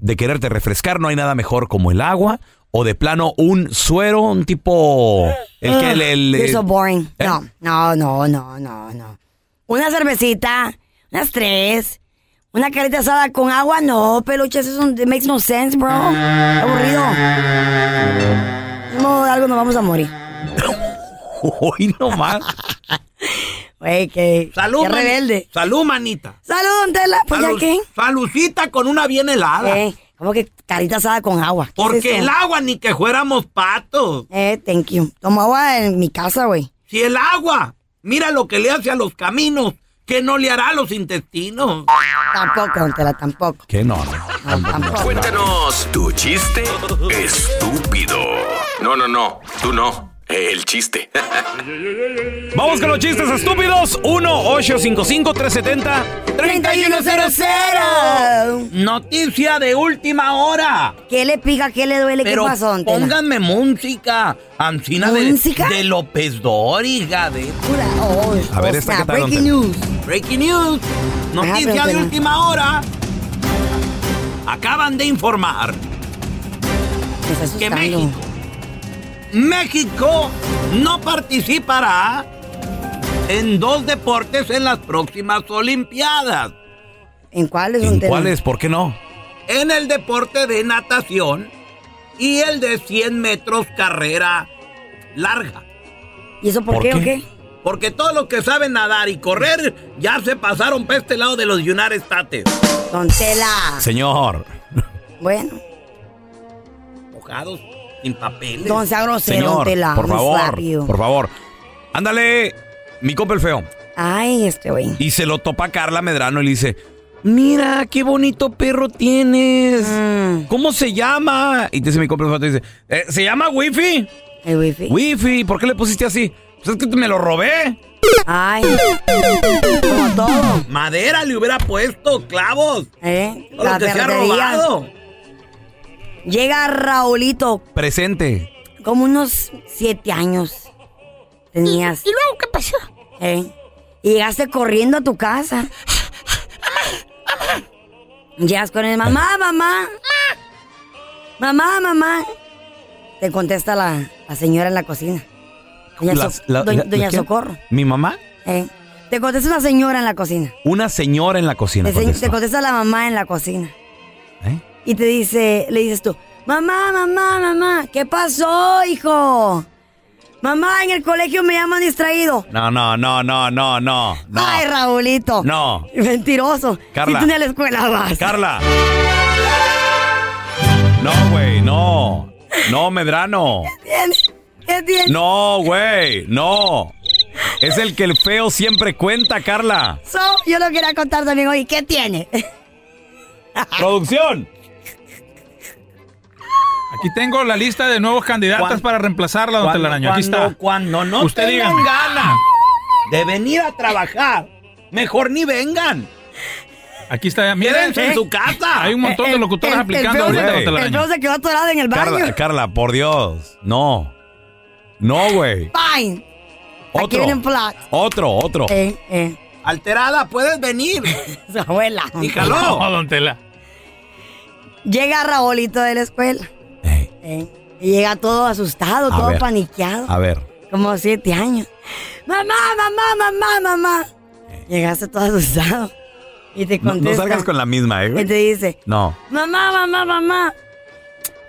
[SPEAKER 5] de quererte refrescar, no hay nada mejor como el agua o de plano un suero, un tipo... El
[SPEAKER 6] Ah,
[SPEAKER 5] que el, el-
[SPEAKER 6] You're so boring.
[SPEAKER 5] ¿Eh?
[SPEAKER 6] No, no, no, no, no, no. Una cervecita, unas tres, una carita asada con agua, no, peluches, eso it makes no sense, bro. Aburrido. No, de algo nos vamos a morir.
[SPEAKER 5] Hoy nomás.
[SPEAKER 6] Güey, que.
[SPEAKER 8] Salud,
[SPEAKER 6] qué
[SPEAKER 8] mani-
[SPEAKER 6] rebelde.
[SPEAKER 8] Salud, manita.
[SPEAKER 6] Salud, don Tela. Pues ya
[SPEAKER 8] Salud-
[SPEAKER 6] qué.
[SPEAKER 8] Salucita con una bien helada.
[SPEAKER 6] Eh, ¿Cómo que carita asada con agua? ¿Qué es
[SPEAKER 8] Porque
[SPEAKER 6] eso?
[SPEAKER 8] el agua ni que fuéramos patos.
[SPEAKER 6] Eh, thank you. Tomo agua en mi casa, güey.
[SPEAKER 8] Si el agua, mira lo que le hace a los caminos, que no le hará a los intestinos.
[SPEAKER 6] Tampoco, don Tela, tampoco.
[SPEAKER 5] ¿Qué no?
[SPEAKER 15] Cuéntanos tu chiste estúpido. No, no, no. Tú no. El chiste.
[SPEAKER 5] Vamos con los chistes estúpidos. 1-855-370-3100.
[SPEAKER 8] Noticia de última hora.
[SPEAKER 6] ¿Qué le pica? ¿Qué le duele?
[SPEAKER 8] Pero
[SPEAKER 6] ¿Qué pasó, don Tela?
[SPEAKER 8] pónganme música. Ancina de,
[SPEAKER 6] ¿Música?
[SPEAKER 8] de López Dóriga. De...
[SPEAKER 6] Oh,
[SPEAKER 8] A ver, esta,
[SPEAKER 6] o sea,
[SPEAKER 8] ¿qué tal, don
[SPEAKER 6] breaking
[SPEAKER 8] Tela?
[SPEAKER 6] news.
[SPEAKER 8] Breaking news.
[SPEAKER 6] Ah,
[SPEAKER 8] Noticia
[SPEAKER 6] pero
[SPEAKER 8] de
[SPEAKER 6] que no.
[SPEAKER 8] última hora. Acaban de informar que México, México no participará en dos deportes en las próximas Olimpiadas.
[SPEAKER 6] ¿En cuáles, don
[SPEAKER 5] ¿En
[SPEAKER 6] Tela?
[SPEAKER 5] cuáles? ¿Por qué no?
[SPEAKER 8] En el deporte de natación y el de 100 metros carrera larga.
[SPEAKER 6] ¿Y eso por,
[SPEAKER 8] ¿Por
[SPEAKER 6] qué, o
[SPEAKER 8] qué?
[SPEAKER 6] qué?
[SPEAKER 8] Porque todos los que saben nadar y correr ya se pasaron para este lado de los United States.
[SPEAKER 6] Don Tela.
[SPEAKER 5] Señor.
[SPEAKER 6] Bueno,
[SPEAKER 8] Mojados, sin papeles.
[SPEAKER 6] don sea grosero, don
[SPEAKER 5] Señor,
[SPEAKER 6] Tela.
[SPEAKER 5] por
[SPEAKER 6] muy
[SPEAKER 5] favor,
[SPEAKER 6] rápido.
[SPEAKER 5] por favor. Ándale, mi compa el feo.
[SPEAKER 6] Ay, este güey.
[SPEAKER 5] Y se lo topa Carla Medrano y le dice,
[SPEAKER 8] Mira, qué bonito perro tienes.
[SPEAKER 6] Mm.
[SPEAKER 5] ¿cómo se llama? Y dice mi compa el feo, te dice, "Eh, ¿se llama Wifi?
[SPEAKER 6] El wifi.
[SPEAKER 5] Wifi, ¿por qué le pusiste así? Pues es que me lo robé.
[SPEAKER 6] Ay. Como todo.
[SPEAKER 8] Madera le hubiera puesto, clavos.
[SPEAKER 6] ¿Eh?
[SPEAKER 8] Todo lo que se ha
[SPEAKER 6] verdulería.
[SPEAKER 8] robado.
[SPEAKER 6] Llega Raulito,
[SPEAKER 5] Presente.
[SPEAKER 6] como unos siete años tenías. ¿Y, luego qué pasó? ¿Eh? Y llegaste corriendo a tu casa. mamá, mamá. Llegas con el mamá, mamá. Mamá, mamá. Te contesta la, la señora en la cocina. Doña,
[SPEAKER 5] Las-
[SPEAKER 6] So-
[SPEAKER 5] la-
[SPEAKER 6] Doña-
[SPEAKER 5] la-
[SPEAKER 6] Doña
[SPEAKER 5] ¿qué?
[SPEAKER 6] Socorro.
[SPEAKER 5] ¿Mi mamá?
[SPEAKER 6] ¿eh? Te contesta una señora en la cocina.
[SPEAKER 5] Una señora en la cocina.
[SPEAKER 6] Te, se-
[SPEAKER 5] contestó.
[SPEAKER 6] te contesta la mamá en la cocina.
[SPEAKER 5] ¿Eh?
[SPEAKER 6] Y te dice, le dices tú, mamá, mamá, mamá, ¿qué pasó, hijo? Mamá, en el colegio me llaman distraído.
[SPEAKER 5] No, no, no, no, no, no. no.
[SPEAKER 6] Ay, Raulito.
[SPEAKER 5] No.
[SPEAKER 6] Mentiroso.
[SPEAKER 5] Carla.
[SPEAKER 6] Si tú ni a la escuela Ah, vas.
[SPEAKER 5] Carla. No, güey, no. No, Medrano.
[SPEAKER 6] ¿Qué tienes?
[SPEAKER 5] No, güey, no. Es el que el feo siempre cuenta, Carla.
[SPEAKER 6] So, yo lo quería contar también hoy. ¿Qué tiene?
[SPEAKER 5] Producción.
[SPEAKER 17] Aquí tengo la lista de nuevos candidatos
[SPEAKER 8] ¿Cuán-
[SPEAKER 17] para reemplazarla, don
[SPEAKER 8] cuándo-
[SPEAKER 17] Telaraño. Aquí
[SPEAKER 8] cuándo-
[SPEAKER 17] está.
[SPEAKER 8] Cuando no
[SPEAKER 17] Usted
[SPEAKER 8] tengan
[SPEAKER 17] dígame.
[SPEAKER 8] ganas de venir a trabajar, mejor ni vengan.
[SPEAKER 17] Aquí está. Miren, Eh,
[SPEAKER 8] Quédense en su casa.
[SPEAKER 17] Hay un montón de locutores
[SPEAKER 8] el- el
[SPEAKER 17] aplicando
[SPEAKER 8] feo
[SPEAKER 17] ahorita,
[SPEAKER 8] se-
[SPEAKER 17] don
[SPEAKER 6] El
[SPEAKER 17] Telaraño.
[SPEAKER 6] feo se quedó atorado en el
[SPEAKER 5] Carla,
[SPEAKER 6] baño.
[SPEAKER 5] Carla, por Dios. No. No, güey.
[SPEAKER 6] Fine. Aquí
[SPEAKER 5] Otro.
[SPEAKER 6] vienen plaques.
[SPEAKER 5] Otro, otro.
[SPEAKER 6] Eh, eh.
[SPEAKER 8] Alterada, puedes venir.
[SPEAKER 6] Su abuela.
[SPEAKER 8] Dígalo.
[SPEAKER 17] No, don Tela.
[SPEAKER 6] Llega Raulito de la escuela. Eh, y llega todo asustado,
[SPEAKER 5] A
[SPEAKER 6] todo
[SPEAKER 5] ver. Ah.
[SPEAKER 6] paniqueado.
[SPEAKER 5] A ver.
[SPEAKER 6] Como siete años. Mamá, mamá, mamá, mamá. Llegaste todo asustado. Y te
[SPEAKER 5] Eh. No, no
[SPEAKER 6] contesta.
[SPEAKER 5] salgas con la misma, eh,
[SPEAKER 6] Y
[SPEAKER 5] güey.
[SPEAKER 6] te dice,
[SPEAKER 5] No.
[SPEAKER 6] mamá, mamá, mamá.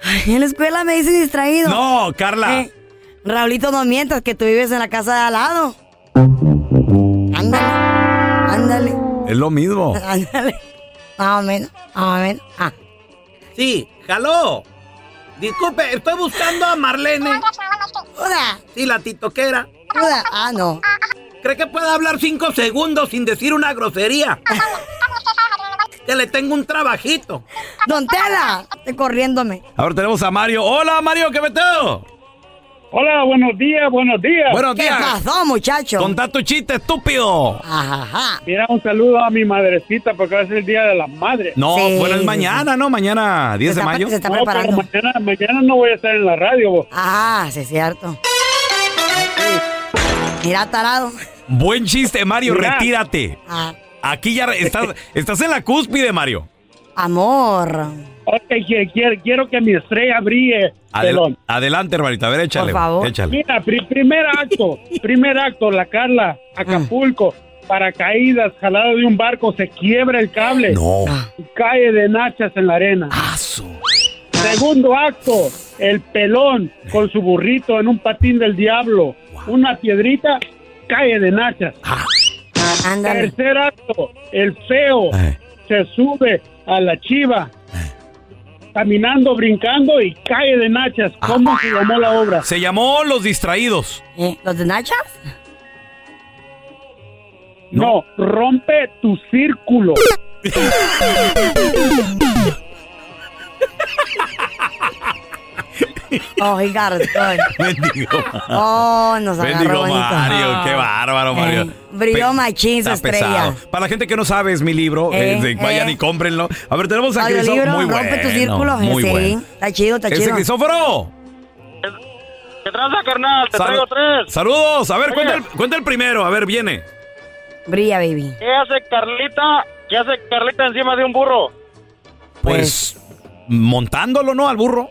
[SPEAKER 6] Ay, en la escuela me dicen distraído.
[SPEAKER 5] No, Carla.
[SPEAKER 6] Eh, Raulito, no mientas que tú vives en la casa de al lado. Ándale, ándale,
[SPEAKER 5] Es lo mismo.
[SPEAKER 6] ándale. Más o menos, más o menos. Ah.
[SPEAKER 8] Sí, jaló. Disculpe, estoy buscando a Marlene.
[SPEAKER 6] Hola.
[SPEAKER 8] Sí, la titoquera.
[SPEAKER 6] Hola. Ah, no.
[SPEAKER 8] ¿Cree que pueda hablar cinco segundos sin decir una grosería? que le tengo un trabajito.
[SPEAKER 6] Don Tela, estoy corriéndome.
[SPEAKER 5] Ahora tenemos a Mario. Hola, Mario, ¿qué meteo?
[SPEAKER 18] Hola, buenos días, buenos días.
[SPEAKER 5] Buenos días.
[SPEAKER 6] pasó, muchacho?
[SPEAKER 5] Contá tu chiste, estúpido.
[SPEAKER 18] Mira, un saludo a mi madrecita porque hoy es el Día de las Madres.
[SPEAKER 5] No, bueno, es mañana, ¿no? Mañana, 10 de mayo.
[SPEAKER 18] No, pero mañana, mañana no voy a estar en la radio, vos.
[SPEAKER 6] Ah, sí, es cierto. Mira, tarado.
[SPEAKER 5] Buen chiste, Mario,
[SPEAKER 6] Mira.
[SPEAKER 5] retírate.
[SPEAKER 6] Ah,
[SPEAKER 5] Aquí ya re- estás, estás en la cúspide, Mario.
[SPEAKER 6] amor.
[SPEAKER 18] Ok, que- quiero, quiero que mi estrella brille.
[SPEAKER 5] Adel-
[SPEAKER 18] Pelón.
[SPEAKER 5] adelante, hermanito. A ver, échale. Échale.
[SPEAKER 18] Mira, pri- primer acto, primer acto, la Carla, Acapulco, paracaídas, jalado de un barco, se quiebra el cable.
[SPEAKER 5] No.
[SPEAKER 18] Y cae de nachas en la arena. Segundo acto, el pelón con su burrito en un patín del diablo. Una piedrita, cae de nachas. Tercer acto, el feo
[SPEAKER 5] Eh.
[SPEAKER 18] se sube a la chiva. Caminando, brincando y cae de nachas. ¿Cómo se llamó la obra?
[SPEAKER 5] Se llamó Los Distraídos.
[SPEAKER 6] ¿Eh? ¿Los de Nachas?
[SPEAKER 18] No, rompe tu círculo.
[SPEAKER 6] Oh, he got it. Good.
[SPEAKER 5] Bendigo.
[SPEAKER 6] Oh, nos agarró
[SPEAKER 5] Bendigo
[SPEAKER 6] bonito.
[SPEAKER 5] Mario.
[SPEAKER 6] Ah.
[SPEAKER 5] Qué bárbaro, Mario.
[SPEAKER 6] Brilló
[SPEAKER 5] Pe-
[SPEAKER 6] machín su
[SPEAKER 5] Está
[SPEAKER 6] estrella.
[SPEAKER 5] pesado. Para la gente que no sabe, es mi libro.
[SPEAKER 6] Eh,
[SPEAKER 5] eh, de- vayan
[SPEAKER 6] eh.
[SPEAKER 5] y cómprenlo. A ver, tenemos a Crisóforo.
[SPEAKER 6] Audiolibro,
[SPEAKER 5] Muy
[SPEAKER 6] rompe tu
[SPEAKER 5] bueno,
[SPEAKER 6] círculo.
[SPEAKER 5] Muy
[SPEAKER 6] sí,
[SPEAKER 5] bueno.
[SPEAKER 6] está chido, está
[SPEAKER 5] ¡Ese
[SPEAKER 6] chido.
[SPEAKER 5] Crisóforo!
[SPEAKER 18] ¿Qué tranza, carnal?
[SPEAKER 5] Sal- Saludos. A ver, cuenta el, cuenta el primero. A ver, viene.
[SPEAKER 6] Brilla, baby.
[SPEAKER 18] ¿Qué hace Carlita? ¿Qué hace Carlita encima de un burro?
[SPEAKER 5] Pues, montándolo, ¿no? Al burro.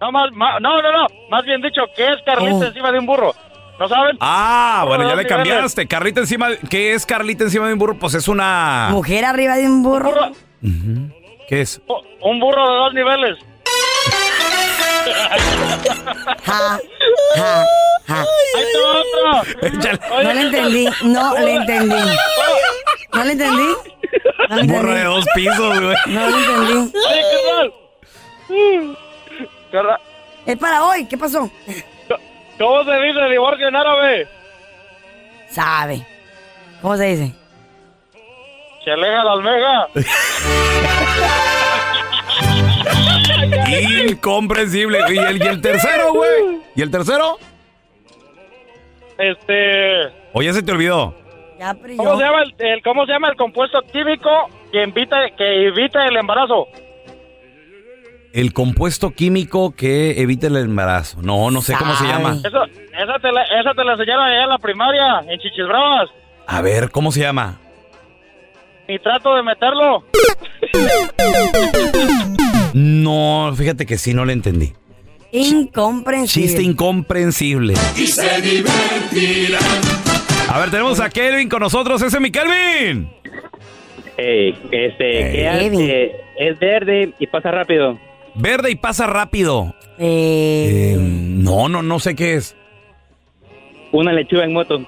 [SPEAKER 18] No, más, ma- no, no, no. Más bien dicho, ¿qué es Carlita encima de un burro? ¿No saben?
[SPEAKER 5] Oh. Ah, bueno, ya
[SPEAKER 18] Burro
[SPEAKER 5] le
[SPEAKER 18] de dos niveles.
[SPEAKER 5] cambiaste. Carlita encima. de- ¿Qué es Carlita encima de un burro? Pues es una.
[SPEAKER 6] Mujer arriba de un burro.
[SPEAKER 5] ¿Qué es?
[SPEAKER 6] Oh.
[SPEAKER 18] Un burro de dos niveles.
[SPEAKER 6] Ja, ja, ja. No le entendí, no le entendí. ¿No le entendí? No le
[SPEAKER 5] Burro de
[SPEAKER 6] entendí.
[SPEAKER 5] dos pisos, güey.
[SPEAKER 6] No le entendí. Es para hoy, ¿qué pasó?
[SPEAKER 18] ¿Cómo se dice divorcio en árabe?
[SPEAKER 6] Sabe. ¿Cómo se dice?
[SPEAKER 18] Chaleja la almeja.
[SPEAKER 5] Incomprensible. ¿Y el, y el tercero, güey? ¿Y el tercero?
[SPEAKER 18] Este.
[SPEAKER 5] Oye, se te olvidó.
[SPEAKER 18] ¿Cómo se, llama el, el- ¿Cómo se llama el compuesto químico que evita, que evita el embarazo?
[SPEAKER 5] El compuesto químico que evita el embarazo. No, no sé cómo se llama.
[SPEAKER 18] Eso- esa, te la, esa te la enseñaron allá en la primaria, en Chichis Bravas.
[SPEAKER 5] A ver, ¿cómo se llama?
[SPEAKER 18] Ni trato de meterlo.
[SPEAKER 5] No, fíjate que sí, no le entendí.
[SPEAKER 6] Incomprensible.
[SPEAKER 5] Chiste incomprensible.
[SPEAKER 9] Y se divertirá.
[SPEAKER 5] A ver, tenemos a Kelvin con nosotros. Ese es mi Kelvin.
[SPEAKER 19] Ey, este, ¿qué hace? Es verde y pasa rápido.
[SPEAKER 5] Verde y pasa rápido. Eh, no, no, no sé qué es.
[SPEAKER 19] Una lechuga en moto.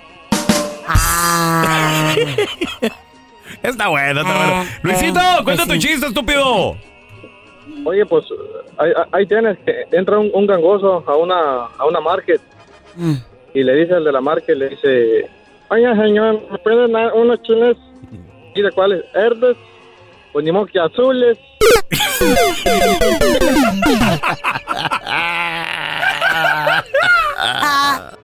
[SPEAKER 5] Ah. Está bueno, está bueno.
[SPEAKER 11] Ah,
[SPEAKER 5] Luisito,
[SPEAKER 11] eh,
[SPEAKER 5] cuenta
[SPEAKER 11] pues
[SPEAKER 5] tu chiste, estúpido.
[SPEAKER 20] Oye, pues ahí, ahí tienes que entra un, un gangoso a una, a una market
[SPEAKER 11] Mm.
[SPEAKER 20] y le dice al de la market, le dice, oye señor, ¿me pueden dar unos chiles? ¿Y de cuáles? ¿Verdes? Pues ni modo que azules.
[SPEAKER 11] Ah,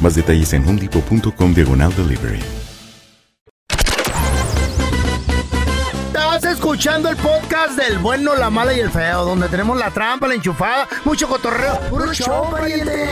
[SPEAKER 12] Más detalles en homedepot.com diagonal delivery.
[SPEAKER 11] Estás escuchando el podcast del bueno, la mala y el feo, donde tenemos la trampa, la enchufada, mucho cotorreo. ¡Puro show, pariente!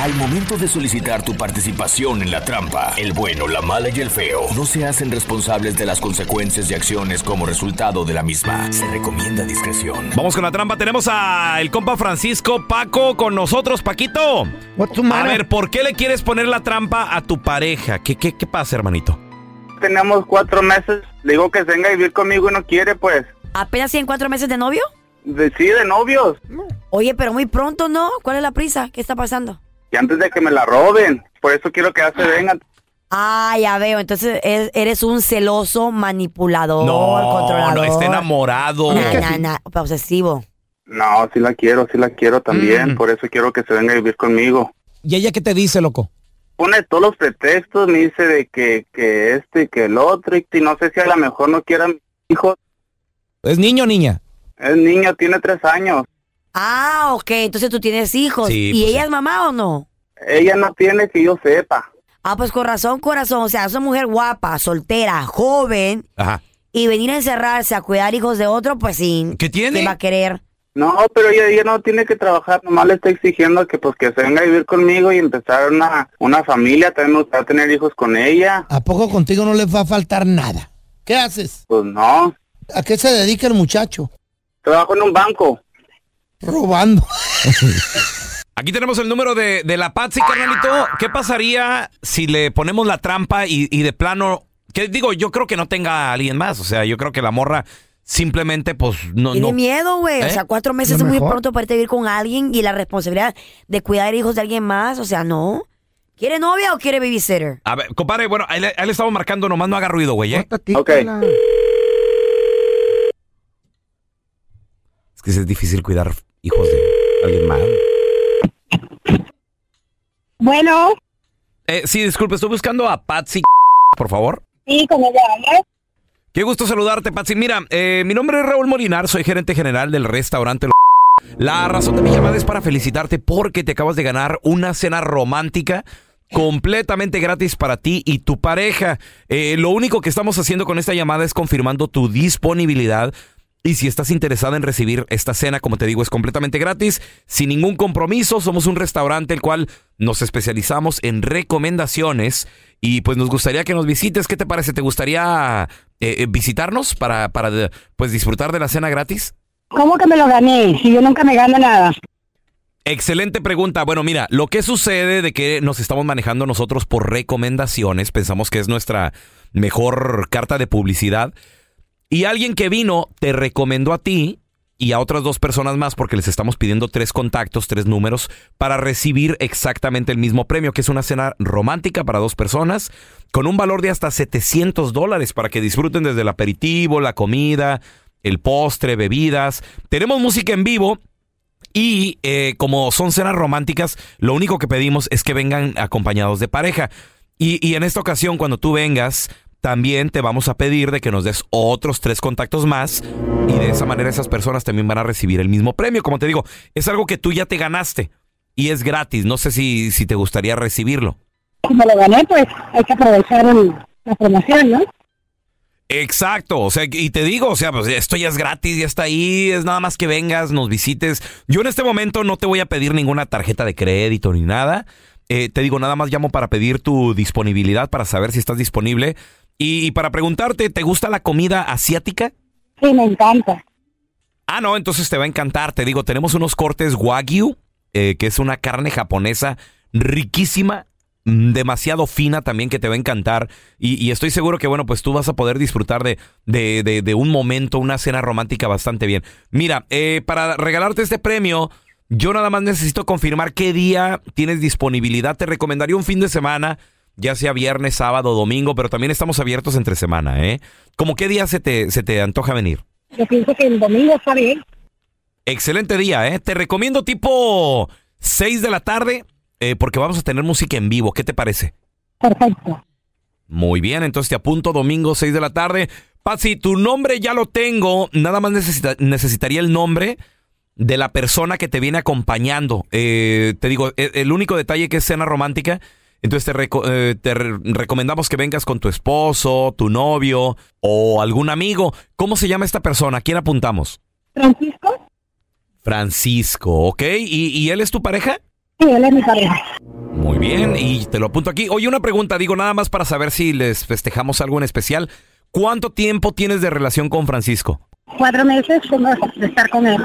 [SPEAKER 21] Al momento de solicitar tu participación en la trampa, el bueno, la mala y el feo no se hacen responsables de las consecuencias y acciones como resultado de la misma. Se recomienda discreción.
[SPEAKER 5] Vamos con la trampa. Tenemos a el compa Francisco Paco con nosotros, Paquito. a ver, ¿por qué le quieres poner la trampa a tu pareja? ¿Qué, qué, qué pasa, hermanito?
[SPEAKER 22] Tenemos cuatro meses. Le Digo que se venga a vivir conmigo y no quiere, pues.
[SPEAKER 6] ¿Apenas tienen cuatro meses de novio?
[SPEAKER 22] De- sí, de novios.
[SPEAKER 6] Oye, pero muy pronto, ¿no? ¿Cuál es la prisa? ¿Qué está pasando?
[SPEAKER 22] Y antes de que me la roben. Por eso quiero que ya se vengan.
[SPEAKER 6] Ah, ya veo. Entonces e- eres un celoso manipulador, controlador.
[SPEAKER 5] no, está enamorado.
[SPEAKER 6] Na, na, na, obsesivo.
[SPEAKER 22] No, sí la quiero, sí la quiero
[SPEAKER 5] Mm.
[SPEAKER 22] también. Por eso quiero que se venga a vivir conmigo.
[SPEAKER 23] ¿Y ella qué te dice, loco?
[SPEAKER 22] Pone todos los pretextos, me dice de que, que este y que el otro. Y que no sé si a lo mejor no quieran hijos.
[SPEAKER 23] ¿Es niño o niña?
[SPEAKER 22] Es niño, tiene tres años.
[SPEAKER 6] Ah, ok. Entonces tú tienes hijos.
[SPEAKER 22] Sí,
[SPEAKER 6] ¿Y
[SPEAKER 22] pues
[SPEAKER 6] ella es mamá o no?
[SPEAKER 22] Ella no tiene que yo sepa.
[SPEAKER 6] Ah, pues corazón, corazón. O sea, es una mujer guapa, soltera, joven.
[SPEAKER 5] Ajá.
[SPEAKER 6] Y venir a encerrarse a cuidar hijos de otro, pues sí.
[SPEAKER 5] ¿Qué tiene?
[SPEAKER 6] ¿Qué va a querer?
[SPEAKER 22] No, pero ella, ella no tiene que trabajar, nomás le está exigiendo que pues que se venga a vivir conmigo y empezar una, una familia, también me gustaría tener hijos con ella,
[SPEAKER 23] ¿A poco contigo no les va a faltar nada? ¿Qué haces?
[SPEAKER 22] pues no,
[SPEAKER 23] ¿A qué se dedica el muchacho?
[SPEAKER 22] trabajo en un banco.
[SPEAKER 23] Robando.
[SPEAKER 5] Aquí tenemos el número de, de la Patsy, carnalito. ¿Qué pasaría si le ponemos la trampa y, y de plano... Que digo, yo creo que no tenga a alguien más. O sea, yo creo que la morra simplemente, pues, no...
[SPEAKER 6] Tiene
[SPEAKER 5] no-
[SPEAKER 6] miedo, güey. O
[SPEAKER 5] ¿Eh?
[SPEAKER 6] sea, cuatro meses es muy pronto para irte a vivir con alguien y la responsabilidad de cuidar hijos de alguien más. O sea, no. ¿Quiere novia o quiere babysitter?
[SPEAKER 5] A ver, compadre, bueno, ahí le, ahí le estamos marcando, nomás no haga ruido, güey, ¿eh? Es que es difícil cuidar hijos de alguien más.
[SPEAKER 24] Bueno,
[SPEAKER 5] Eh, sí, disculpe, estoy buscando a Patsy, por favor.
[SPEAKER 24] sí, con ella hablas.
[SPEAKER 5] Qué gusto saludarte, Patsy. Mira, eh, mi nombre es Raúl Molinar, soy gerente general del restaurante Lo- La razón de mi llamada es para felicitarte porque te acabas de ganar una cena romántica completamente gratis para ti y tu pareja. Eh, lo único que estamos haciendo con esta llamada es confirmando tu disponibilidad. Y si estás interesada en recibir esta cena, como te digo, es completamente gratis, sin ningún compromiso. Somos un restaurante el cual nos especializamos en recomendaciones y pues nos gustaría que nos visites. ¿Qué te parece? ¿Te gustaría eh, eh, visitarnos para, para de- pues disfrutar de la cena gratis?
[SPEAKER 24] ¿Cómo que me lo gané? Si yo nunca me gano nada.
[SPEAKER 5] Excelente pregunta. Bueno, mira, lo que sucede de que nos estamos manejando nosotros por recomendaciones, pensamos que es nuestra mejor carta de publicidad, y alguien que vino te recomendó a ti y a otras dos personas más porque les estamos pidiendo tres contactos, tres números para recibir exactamente el mismo premio, que es una cena romántica para dos personas con un valor de hasta 700 dólares para que disfruten desde el aperitivo, la comida, el postre, bebidas. Tenemos música en vivo. Y eh, como son cenas románticas, lo único que pedimos es que vengan acompañados de pareja. Y, y en esta ocasión, cuando tú vengas, también te vamos a pedir de que nos des otros tres contactos más. Y de esa manera esas personas también van a recibir el mismo premio. Como te digo, es algo que tú ya te ganaste. Y es gratis. No sé si, si te gustaría recibirlo.
[SPEAKER 24] Si me lo gané, pues hay que aprovechar el- la promoción, ¿no?
[SPEAKER 5] Exacto, o sea, y te digo, o sea, pues esto ya es gratis, ya está ahí, es nada más que vengas, nos visites. Yo en este momento no te voy a pedir ninguna tarjeta de crédito ni nada. Eh, te digo, nada más llamo para pedir tu disponibilidad, para saber si estás disponible. Y, y para preguntarte, ¿te gusta la comida asiática?
[SPEAKER 24] Sí, me encanta.
[SPEAKER 5] Ah, no, entonces te va a encantar. Te digo, tenemos unos cortes wagyu, eh, que es una carne japonesa riquísima, mm, demasiado fina también, que te va a encantar. Y, y estoy seguro que, bueno, pues tú vas a poder disfrutar de, de, de- de un momento, una cena romántica bastante bien. Mira, eh, para regalarte este premio, yo nada más necesito confirmar qué día tienes disponibilidad. Te recomendaría un fin de semana. Ya sea viernes, sábado, domingo, pero también estamos abiertos entre semana, ¿eh? ¿Cómo qué día se te, se te antoja venir?
[SPEAKER 24] Yo pienso que el domingo está bien.
[SPEAKER 5] Excelente día, ¿eh? Te recomiendo tipo 6 de la tarde, eh, porque vamos a tener música en vivo. ¿Qué te parece?
[SPEAKER 24] Perfecto.
[SPEAKER 5] Muy bien, entonces te apunto domingo 6 de la tarde. Patsy, tu nombre ya lo tengo. Nada más necesita- necesitaría el nombre de la persona que te viene acompañando. Eh, te digo, e- el único detalle que es cena romántica. Entonces te, reco- eh, te re- recomendamos que vengas con tu esposo, tu novio o algún amigo. ¿Cómo se llama esta persona? ¿A quién apuntamos?
[SPEAKER 24] Francisco,
[SPEAKER 5] Francisco, ¿ok? ¿Y, y él es tu pareja?
[SPEAKER 24] sí, él es mi pareja.
[SPEAKER 5] Muy bien, y te lo apunto aquí. Oye, una pregunta, digo nada más para saber si les festejamos algo en especial. ¿Cuánto tiempo tienes de relación con Francisco?
[SPEAKER 24] Cuatro meses tengo de estar con él.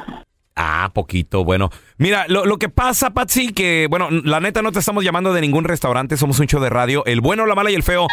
[SPEAKER 5] Ah, poquito, bueno. Mira, lo, lo que pasa, Patsy, que, bueno, n- la neta no te estamos llamando de ningún restaurante, somos un show de radio, el bueno, la mala y el feo.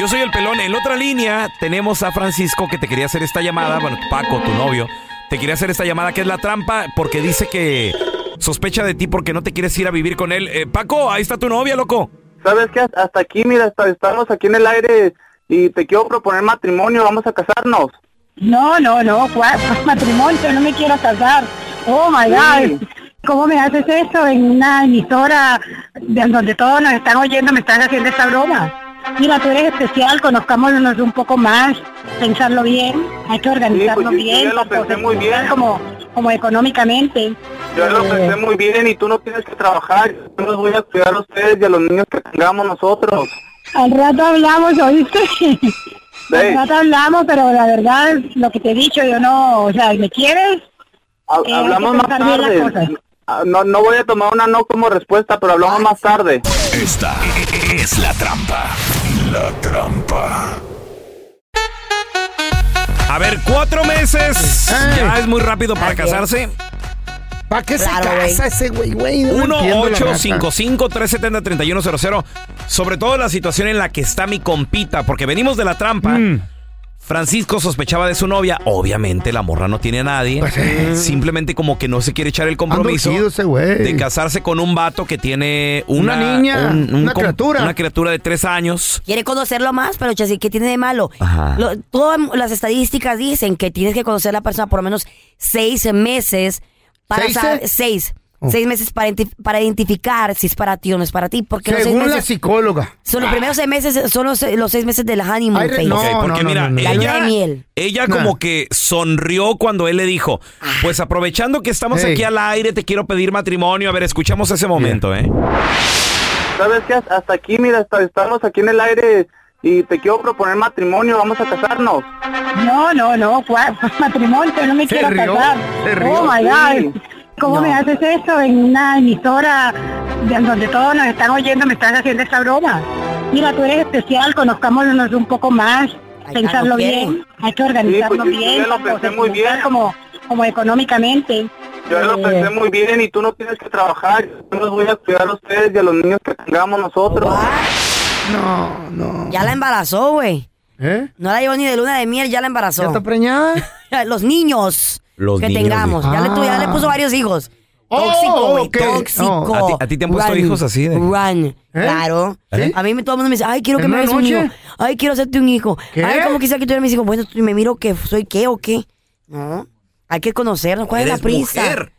[SPEAKER 5] Yo soy el pelón. En la otra línea tenemos a Francisco que te quería hacer esta llamada, bueno, Paco, tu novio, te quería hacer esta llamada que es la trampa porque dice que sospecha de ti porque no te quieres ir a vivir con él. Eh, Paco, ahí está tu novia, loco.
[SPEAKER 22] ¿Sabes qué? Hasta aquí, mira, hasta- estamos aquí en el aire y te quiero proponer matrimonio, vamos a casarnos.
[SPEAKER 24] No, no, no, ¿cuál matrimonio? No me quiero casar. Oh my God. ¿Cómo me haces eso en una emisora de- donde todos nos están oyendo? Me estás haciendo esta broma. Mira, tú eres especial, conozcámonos un poco más, pensarlo bien, hay que organizarlo
[SPEAKER 22] pues yo- yo
[SPEAKER 24] bien,
[SPEAKER 22] ya lo
[SPEAKER 24] tanto
[SPEAKER 22] pensé muy
[SPEAKER 24] sexual como, como económicamente.
[SPEAKER 22] Yo lo pensé muy bien y tú no tienes que trabajar, yo los voy a cuidar a ustedes y a los niños que tengamos nosotros.
[SPEAKER 24] Al rato hablamos, ¿oíste? Al rato hablamos, pero la verdad, lo que te he dicho, yo no, o sea, ¿me quieres? Eh, hay que
[SPEAKER 22] hablamos más
[SPEAKER 24] pensar bien las cosas. Ah,
[SPEAKER 22] tarde. Ah, No, no voy a tomar una no como respuesta, pero hablamos más tarde.
[SPEAKER 21] Esta es la trampa. La trampa.
[SPEAKER 5] A ver, cuatro meses. Ya es muy rápido para casarse.
[SPEAKER 23] ¿Para qué
[SPEAKER 5] Claro,
[SPEAKER 23] se
[SPEAKER 5] güey.
[SPEAKER 23] casa ese güey, güey? No entiendo la raza.
[SPEAKER 5] 1-855-370-3100. Sobre todo la situación en la que está mi compita, porque venimos de la trampa.
[SPEAKER 11] Mm.
[SPEAKER 5] Francisco sospechaba de su novia. Obviamente, la morra no tiene a nadie.
[SPEAKER 11] Pues, eh.
[SPEAKER 5] Simplemente, como que no se quiere echar el compromiso
[SPEAKER 11] urgido ese güey.
[SPEAKER 5] de casarse con un vato que tiene una,
[SPEAKER 11] eh. Una niña, una
[SPEAKER 5] com-
[SPEAKER 11] criatura.
[SPEAKER 5] Una criatura de tres años.
[SPEAKER 6] Quiere conocerlo más, pero Chasi, ¿qué tiene de malo?
[SPEAKER 5] Ajá.
[SPEAKER 6] Lo- todas las estadísticas dicen que tienes que conocer a la persona por lo menos seis meses para
[SPEAKER 11] ¿Seis,
[SPEAKER 6] saber-
[SPEAKER 11] eh?
[SPEAKER 6] seis. Seis meses para, identi- para identificar si es para ti o no es para ti. Porque los seis
[SPEAKER 11] Según la
[SPEAKER 6] meses-
[SPEAKER 11] psicóloga.
[SPEAKER 6] son los primeros seis meses son los, los seis meses del honeymoon
[SPEAKER 11] Mm, Ay, re-
[SPEAKER 6] phase.
[SPEAKER 11] no, Ok,
[SPEAKER 5] porque mira, eh,
[SPEAKER 6] la luna
[SPEAKER 5] ella-
[SPEAKER 6] de miel.
[SPEAKER 5] Ella como que sonrió cuando él le dijo,
[SPEAKER 6] Ah.
[SPEAKER 5] pues aprovechando que estamos
[SPEAKER 22] Ey.
[SPEAKER 5] aquí al aire, te quiero pedir matrimonio. A ver, escuchamos ese momento, ¿eh?
[SPEAKER 22] ¿Sabes qué? Hasta aquí, mira, hasta- estamos aquí en el aire y te quiero proponer matrimonio, vamos a casarnos.
[SPEAKER 24] No, no, no, ¿cuál matrimonio? No me
[SPEAKER 22] Se
[SPEAKER 24] quiero
[SPEAKER 22] rió,
[SPEAKER 24] casar.
[SPEAKER 22] se rió.
[SPEAKER 24] Oh my God.
[SPEAKER 22] Sí.
[SPEAKER 24] ¿Cómo me haces eso en una emisora de- donde todos nos están oyendo? Me estás haciendo esa broma. Mira, tú eres especial, conozcámonos un poco más, pensarlo no quiere.
[SPEAKER 6] bien,
[SPEAKER 24] hay que organizarlo
[SPEAKER 22] Sí, pues, yo- yo
[SPEAKER 24] bien,
[SPEAKER 22] ya lo
[SPEAKER 24] tanto
[SPEAKER 22] pensé muy bien.
[SPEAKER 24] sexual como, como económicamente.
[SPEAKER 22] Yo ya lo
[SPEAKER 24] Eh,
[SPEAKER 22] pensé muy bien y tú no tienes que trabajar, yo los voy a cuidar a ustedes y a los niños que tengamos nosotros.
[SPEAKER 6] No, no. Ya la embarazó, güey. No la llevó ni de luna de miel, ya la embarazó. ¿Ya está
[SPEAKER 11] ¿Eh? preñada?
[SPEAKER 6] Los niños
[SPEAKER 5] Los
[SPEAKER 6] que
[SPEAKER 5] niños,
[SPEAKER 6] tengamos.
[SPEAKER 5] dijo.
[SPEAKER 6] Ya, le, tu- ya
[SPEAKER 5] Ah.
[SPEAKER 6] le puso varios hijos.
[SPEAKER 11] Oh,
[SPEAKER 6] Tóxico, güey.
[SPEAKER 11] ok.
[SPEAKER 6] Tóxico.
[SPEAKER 5] No, ¿a ti- a ti te han puesto
[SPEAKER 6] Run,
[SPEAKER 5] hijos así de-
[SPEAKER 6] Run. Claro.
[SPEAKER 5] ¿Eh?
[SPEAKER 6] A mí me- todo el mundo me dice, ay, quiero que
[SPEAKER 5] ¿En
[SPEAKER 6] me
[SPEAKER 5] una
[SPEAKER 6] des un
[SPEAKER 5] noche?
[SPEAKER 6] hijo. Ay, quiero hacerte un hijo.
[SPEAKER 5] ¿Qué?
[SPEAKER 6] Ay, como quisiera que tuviera mis hijos. Bueno, tú- me miro que soy qué o qué. No. Hay que conocernos. ¿Cuál es
[SPEAKER 8] Eres
[SPEAKER 6] la prisa?
[SPEAKER 8] mujer.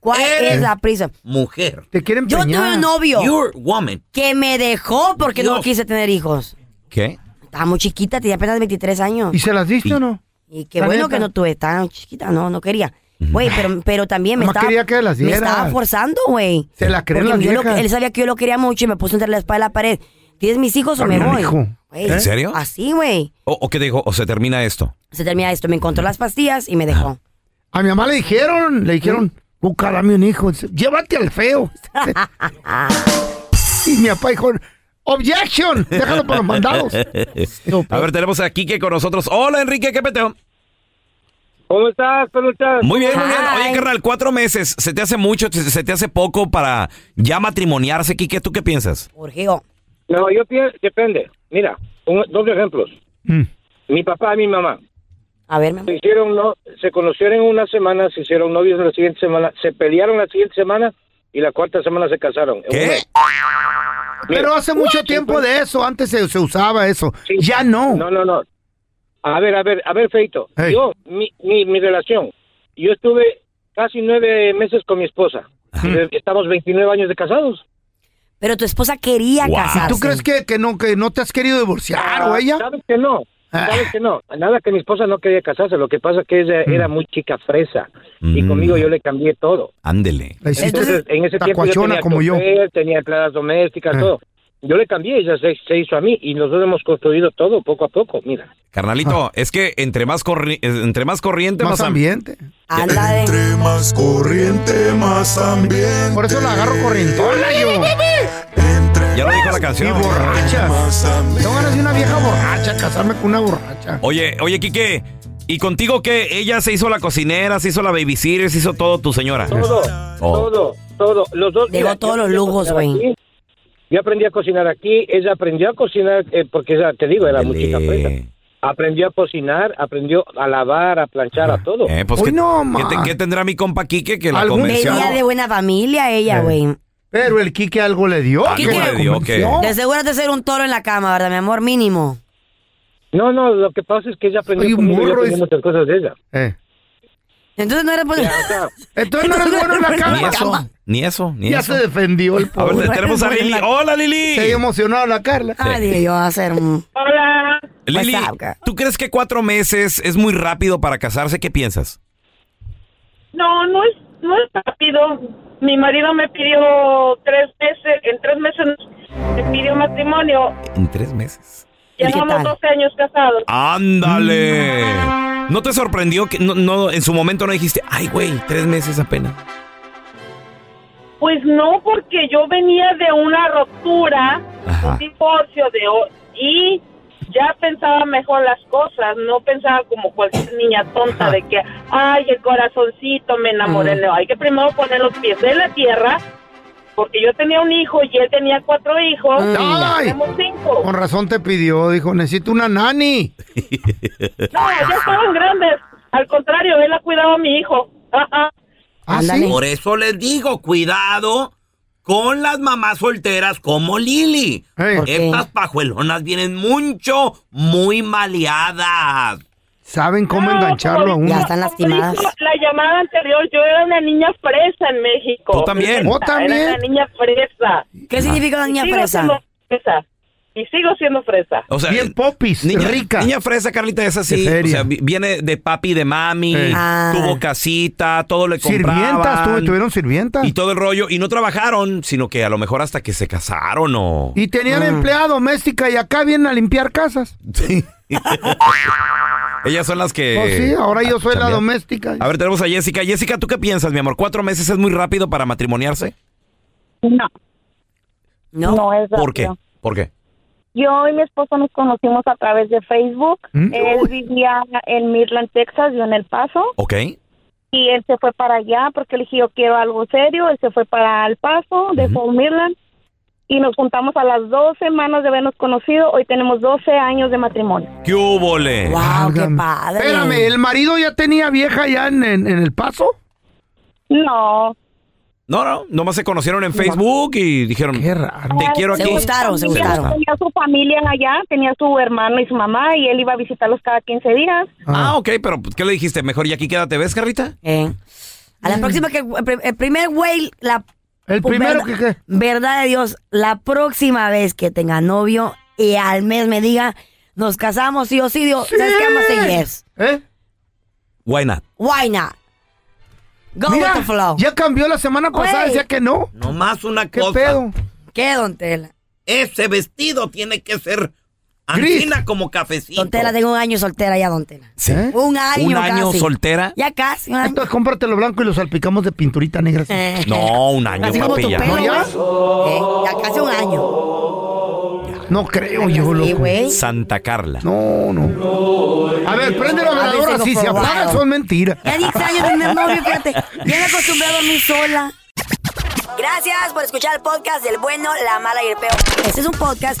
[SPEAKER 6] ¿Cuál
[SPEAKER 8] Eres
[SPEAKER 6] es la prisa?
[SPEAKER 8] Mujer.
[SPEAKER 11] Te quieren
[SPEAKER 6] Yo tuve un novio.
[SPEAKER 8] You're woman.
[SPEAKER 6] que me dejó porque no
[SPEAKER 8] Dios.
[SPEAKER 6] quise tener hijos.
[SPEAKER 5] ¿Qué?
[SPEAKER 6] Estaba muy chiquita, tenía apenas 23 años.
[SPEAKER 11] ¿Y se las diste o no?
[SPEAKER 6] Y qué
[SPEAKER 11] La
[SPEAKER 6] bueno
[SPEAKER 11] neta.
[SPEAKER 6] que no tuve, tan chiquita, no, no quería. Güey, pero, pero también me
[SPEAKER 11] Nomás
[SPEAKER 6] estaba,
[SPEAKER 11] quería que las
[SPEAKER 6] me
[SPEAKER 11] dieras.
[SPEAKER 6] estaba forzando, güey.
[SPEAKER 11] Se la creen
[SPEAKER 6] Porque
[SPEAKER 11] las
[SPEAKER 6] yo lo-
[SPEAKER 11] viejas.
[SPEAKER 6] Él sabía que yo lo quería mucho y me puso entre la espalda y la pared. ¿Tienes mis hijos o me
[SPEAKER 5] También,
[SPEAKER 6] voy?
[SPEAKER 5] hijo.
[SPEAKER 6] Güey,
[SPEAKER 5] ¿En serio?
[SPEAKER 6] Así, güey.
[SPEAKER 5] ¿O, o qué te dijo? ¿O se termina esto?
[SPEAKER 6] Se termina esto. Me encontró las pastillas y me dejó.
[SPEAKER 11] A mi mamá le
[SPEAKER 23] "Oh,
[SPEAKER 11] dijeron, le dijeron, búscalame un hijo. Dice, Llévate al feo. Y mi papá dijo, objection, déjalo para los mandados.
[SPEAKER 5] A ver, tenemos a Kike con nosotros. Hola, Enrique, ¿qué peteo?
[SPEAKER 2] ¿Cómo estás? ¿Cómo estás?
[SPEAKER 5] Muy bien, muy bien. Oye, carnal, cuatro meses. ¿Se te hace mucho? ¿Se se te hace poco para ya matrimoniarse, Quique? ¿Tú qué piensas?
[SPEAKER 6] Urgido.
[SPEAKER 2] No, yo pienso, depende. Mira, un- dos ejemplos.
[SPEAKER 11] Mm.
[SPEAKER 2] Mi papá y mi mamá.
[SPEAKER 6] A ver, mamá.
[SPEAKER 2] Se, hicieron no, se conocieron una semana, se hicieron novios la siguiente semana, se pelearon la siguiente semana y la cuarta semana se casaron. En un mes.
[SPEAKER 11] Pero hace mucho tiempo
[SPEAKER 22] pues.
[SPEAKER 11] de eso, antes se, se usaba eso. Ya no.
[SPEAKER 2] No, no, no. A ver, a ver, a ver, Feito.
[SPEAKER 11] Hey.
[SPEAKER 2] Yo, mi, mi, mi relación. Yo estuve casi nueve meses con mi esposa. Eh, Estamos 29 años de casados.
[SPEAKER 6] Pero tu esposa quería
[SPEAKER 2] Wow.
[SPEAKER 6] casarse.
[SPEAKER 2] ¿Tú crees
[SPEAKER 11] que, no, que no te has querido divorciar
[SPEAKER 2] Ah, Sabes que no.
[SPEAKER 5] Ah.
[SPEAKER 2] Sabes que no. Nada que mi esposa no quería casarse. Lo que pasa es que ella era muy chica fresa. Y
[SPEAKER 5] Mm.
[SPEAKER 2] conmigo yo le cambié todo.
[SPEAKER 5] Ándele.
[SPEAKER 2] Entonces, en ese tiempo yo
[SPEAKER 5] tacuachona
[SPEAKER 2] tenía
[SPEAKER 5] como yo.
[SPEAKER 2] chofer, tenía empleadas domésticas,
[SPEAKER 5] Ah.
[SPEAKER 2] todo. Yo le cambié, ella se, se hizo a mí y nosotros hemos construido todo poco a poco, mira.
[SPEAKER 5] Carnalito,
[SPEAKER 6] Ah.
[SPEAKER 5] es que entre más, corri- eh, entre más corriente, más,
[SPEAKER 11] ambiente.
[SPEAKER 6] Entre
[SPEAKER 3] más corriente, más ambiente. Por eso la agarro corrientona yo.
[SPEAKER 5] Ya lo dijo la canción.
[SPEAKER 11] Borrachas. Tengo ganas de una vieja borracha, casarme con una borracha.
[SPEAKER 5] Oye, oye, Quique. ¿Y contigo qué? Ella se hizo la cocinera, se hizo la babysitter, se hizo todo tu señora.
[SPEAKER 2] Todo,
[SPEAKER 5] Oh.
[SPEAKER 2] todo, todo. Los dos.
[SPEAKER 6] Llegó
[SPEAKER 2] mira,
[SPEAKER 6] todos
[SPEAKER 2] yo
[SPEAKER 6] los
[SPEAKER 2] aprendí a
[SPEAKER 6] lujos,
[SPEAKER 2] cocinar
[SPEAKER 6] güey.
[SPEAKER 2] aquí, Yo aprendí a cocinar aquí, ella aprendió a cocinar, eh, porque ella, te digo, era muy chica fresa. Aprendió a cocinar, aprendió a lavar, a planchar, a todo.
[SPEAKER 5] Eh, pues, ¿qué, qué te- qué tendrá mi compa Quique que la
[SPEAKER 2] Algún
[SPEAKER 5] convenció?
[SPEAKER 6] Venía de buena familia ella,
[SPEAKER 11] Eh.
[SPEAKER 6] güey.
[SPEAKER 11] Pero el Quique algo le dio.
[SPEAKER 5] Algo
[SPEAKER 11] que
[SPEAKER 5] le dio,
[SPEAKER 11] convenció.
[SPEAKER 5] ¿qué?
[SPEAKER 6] De seguro te ser un toro en la cama, ¿verdad, mi amor? Mínimo.
[SPEAKER 2] No, no, lo que pasa es que ella aprendió conmigo, yo aprendí muchas cosas de ella.
[SPEAKER 6] Entonces no eres bueno.
[SPEAKER 11] Entonces no eres bueno en la
[SPEAKER 5] Ni
[SPEAKER 11] cama.
[SPEAKER 5] eso, ni eso, ni
[SPEAKER 11] ya
[SPEAKER 5] eso.
[SPEAKER 11] se defendió el
[SPEAKER 5] A
[SPEAKER 11] pobre.
[SPEAKER 5] ver, tenemos a Lili. Hola, Lili.
[SPEAKER 11] Se emocionado la Carla.
[SPEAKER 6] Ah, dije yo, va a ser un...
[SPEAKER 2] Hola.
[SPEAKER 5] Lili, ¿tú crees que cuatro meses es muy rápido para casarse? ¿Qué piensas?
[SPEAKER 4] No, no es, no es rápido. Mi marido me pidió tres meses, en tres meses me pidió matrimonio.
[SPEAKER 5] En tres meses.
[SPEAKER 4] Llevamos 12 años casados.
[SPEAKER 5] Ah, ¡Ándale!
[SPEAKER 4] Mm.
[SPEAKER 5] ¿No te sorprendió que no, no, en su momento no dijiste, ay, güey, tres meses apenas?
[SPEAKER 4] Pues no, porque yo venía de una ruptura, un divorcio de o- y ya pensaba mejor las cosas, no pensaba como cualquier niña tonta de que, ay, el corazoncito, me enamoré. No, hay que primero poner los pies en la tierra, porque yo tenía un hijo y él tenía cuatro hijos,
[SPEAKER 11] Ay.
[SPEAKER 4] tenemos cinco.
[SPEAKER 11] Con razón te pidió, dijo, necesito una nani.
[SPEAKER 4] No, ya estaban grandes. Al contrario, él ha cuidado a mi hijo. Ah, Ajá.
[SPEAKER 11] Ah,
[SPEAKER 8] Por eso les digo, cuidado con las mamás solteras como Lili.
[SPEAKER 11] ¿Por qué?
[SPEAKER 8] Estas pajuelonas vienen mucho, muy maleadas.
[SPEAKER 11] Saben cómo
[SPEAKER 4] No,
[SPEAKER 11] engancharlo a
[SPEAKER 4] como
[SPEAKER 11] uno.
[SPEAKER 4] dijo- como dijo La llamada anterior, yo era una niña fresa en México.
[SPEAKER 11] Tú también.
[SPEAKER 4] Fresa,
[SPEAKER 11] Oh, también.
[SPEAKER 4] Era una niña fresa.
[SPEAKER 6] ¿Qué significa una
[SPEAKER 4] Y
[SPEAKER 6] niña
[SPEAKER 4] sigo
[SPEAKER 6] fresa?
[SPEAKER 4] siendo fresa. Y sigo siendo fresa.
[SPEAKER 5] O sea,
[SPEAKER 11] Bien popis,
[SPEAKER 5] niña,
[SPEAKER 11] rica.
[SPEAKER 5] Niña fresa, Carlita, es así.
[SPEAKER 11] De
[SPEAKER 5] O
[SPEAKER 11] feria.
[SPEAKER 5] sea, vi- viene de papi y de mami,
[SPEAKER 11] Ey. Ah.
[SPEAKER 5] tuvo casita, todo le
[SPEAKER 11] Sirvientas, tuve-
[SPEAKER 5] compraban.
[SPEAKER 11] tuvieron sirvientas.
[SPEAKER 5] y todo el rollo. Y no trabajaron, sino que a lo mejor hasta que se casaron o...
[SPEAKER 11] Y Mm. tenían empleada doméstica y acá vienen a limpiar casas.
[SPEAKER 5] Ellas son las que... Ah,
[SPEAKER 11] Pues sí, ahora yo soy la
[SPEAKER 5] chambean.
[SPEAKER 11] doméstica.
[SPEAKER 5] A ver, tenemos a Jessica. Jessica, ¿tú qué piensas, mi amor? ¿Cuatro meses es muy rápido para matrimoniarse?
[SPEAKER 10] No.
[SPEAKER 6] No.
[SPEAKER 10] es rápido.
[SPEAKER 5] ¿Por qué? ¿Por qué?
[SPEAKER 10] Yo y mi esposo nos conocimos a través de Facebook.
[SPEAKER 5] Mm.
[SPEAKER 10] Él vivía en Midland, Texas, yo en El Paso.
[SPEAKER 5] ¿Ok?
[SPEAKER 10] Y él se fue para allá porque le dije, yo quiero algo serio. Él se fue para El Paso, dejó Midland. Y nos juntamos a las dos semanas de habernos conocido. Hoy tenemos 12 años de matrimonio.
[SPEAKER 5] ¡Qué húbole!
[SPEAKER 6] Ah,
[SPEAKER 11] Válgame. Espérame, ¿el marido ya tenía vieja ya en, en- en El Paso?
[SPEAKER 10] No.
[SPEAKER 5] No, no, nomás se conocieron en Facebook y dijeron, te quiero aquí.
[SPEAKER 10] Tenía su familia, Tenía su familia allá, tenía su hermano y su mamá. Y él iba a visitarlos cada 15 días.
[SPEAKER 5] Ah, ok, pero ¿qué le dijiste? Mejor y aquí quédate, ¿ves, Carrita?
[SPEAKER 6] A la próxima que... El prim- el primer güey, la... pues,
[SPEAKER 11] El primero que qué.
[SPEAKER 6] Verdad de Dios, la próxima vez que tenga novio y al mes me diga, nos casamos, sí o sí, Dios, ¿sabes qué? Vamos a say yes.
[SPEAKER 11] ¿Eh?
[SPEAKER 5] Why not?
[SPEAKER 6] Why not? Go
[SPEAKER 11] Mira,
[SPEAKER 6] with the flow.
[SPEAKER 11] ya cambió la semana pasada,
[SPEAKER 6] Güey.
[SPEAKER 11] decía que no.
[SPEAKER 8] Nomás una
[SPEAKER 11] ¿Qué
[SPEAKER 8] cosa.
[SPEAKER 11] pedo?
[SPEAKER 6] ¿Qué, don Tela?
[SPEAKER 8] Ese vestido tiene que ser
[SPEAKER 11] Gris.
[SPEAKER 8] Antina como cafecito.
[SPEAKER 6] Don Tela, tengo un año soltera ya, Don Tela.
[SPEAKER 11] ¿Sí? ¿Eh?
[SPEAKER 6] Un año
[SPEAKER 11] ¿Un año
[SPEAKER 6] casi.
[SPEAKER 11] soltera?
[SPEAKER 6] Ya casi, un año.
[SPEAKER 11] Entonces cómprate lo blanco y lo salpicamos de pinturita negra. así.
[SPEAKER 5] No, un año,
[SPEAKER 11] Así como tu
[SPEAKER 5] papi, ya.
[SPEAKER 11] pelo,
[SPEAKER 5] No, ya.
[SPEAKER 6] Eh, ya casi un año.
[SPEAKER 11] No creo yo,
[SPEAKER 6] Sí,
[SPEAKER 11] loco.
[SPEAKER 6] güey.
[SPEAKER 5] Santa Carla.
[SPEAKER 11] No, no. A ver, prende la
[SPEAKER 6] A veces
[SPEAKER 11] veladora
[SPEAKER 6] no
[SPEAKER 11] así,
[SPEAKER 6] Ah, fue
[SPEAKER 11] se
[SPEAKER 6] guau.
[SPEAKER 11] apagan, son mentiras.
[SPEAKER 6] Ya ni extraño tener novio, fíjate. Ya me acostumbré a dormir sola. Gracias por escuchar el podcast del bueno, la mala y el peor. Este es un podcast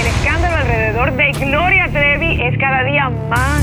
[SPEAKER 7] El escándalo alrededor de Gloria Trevi es cada día más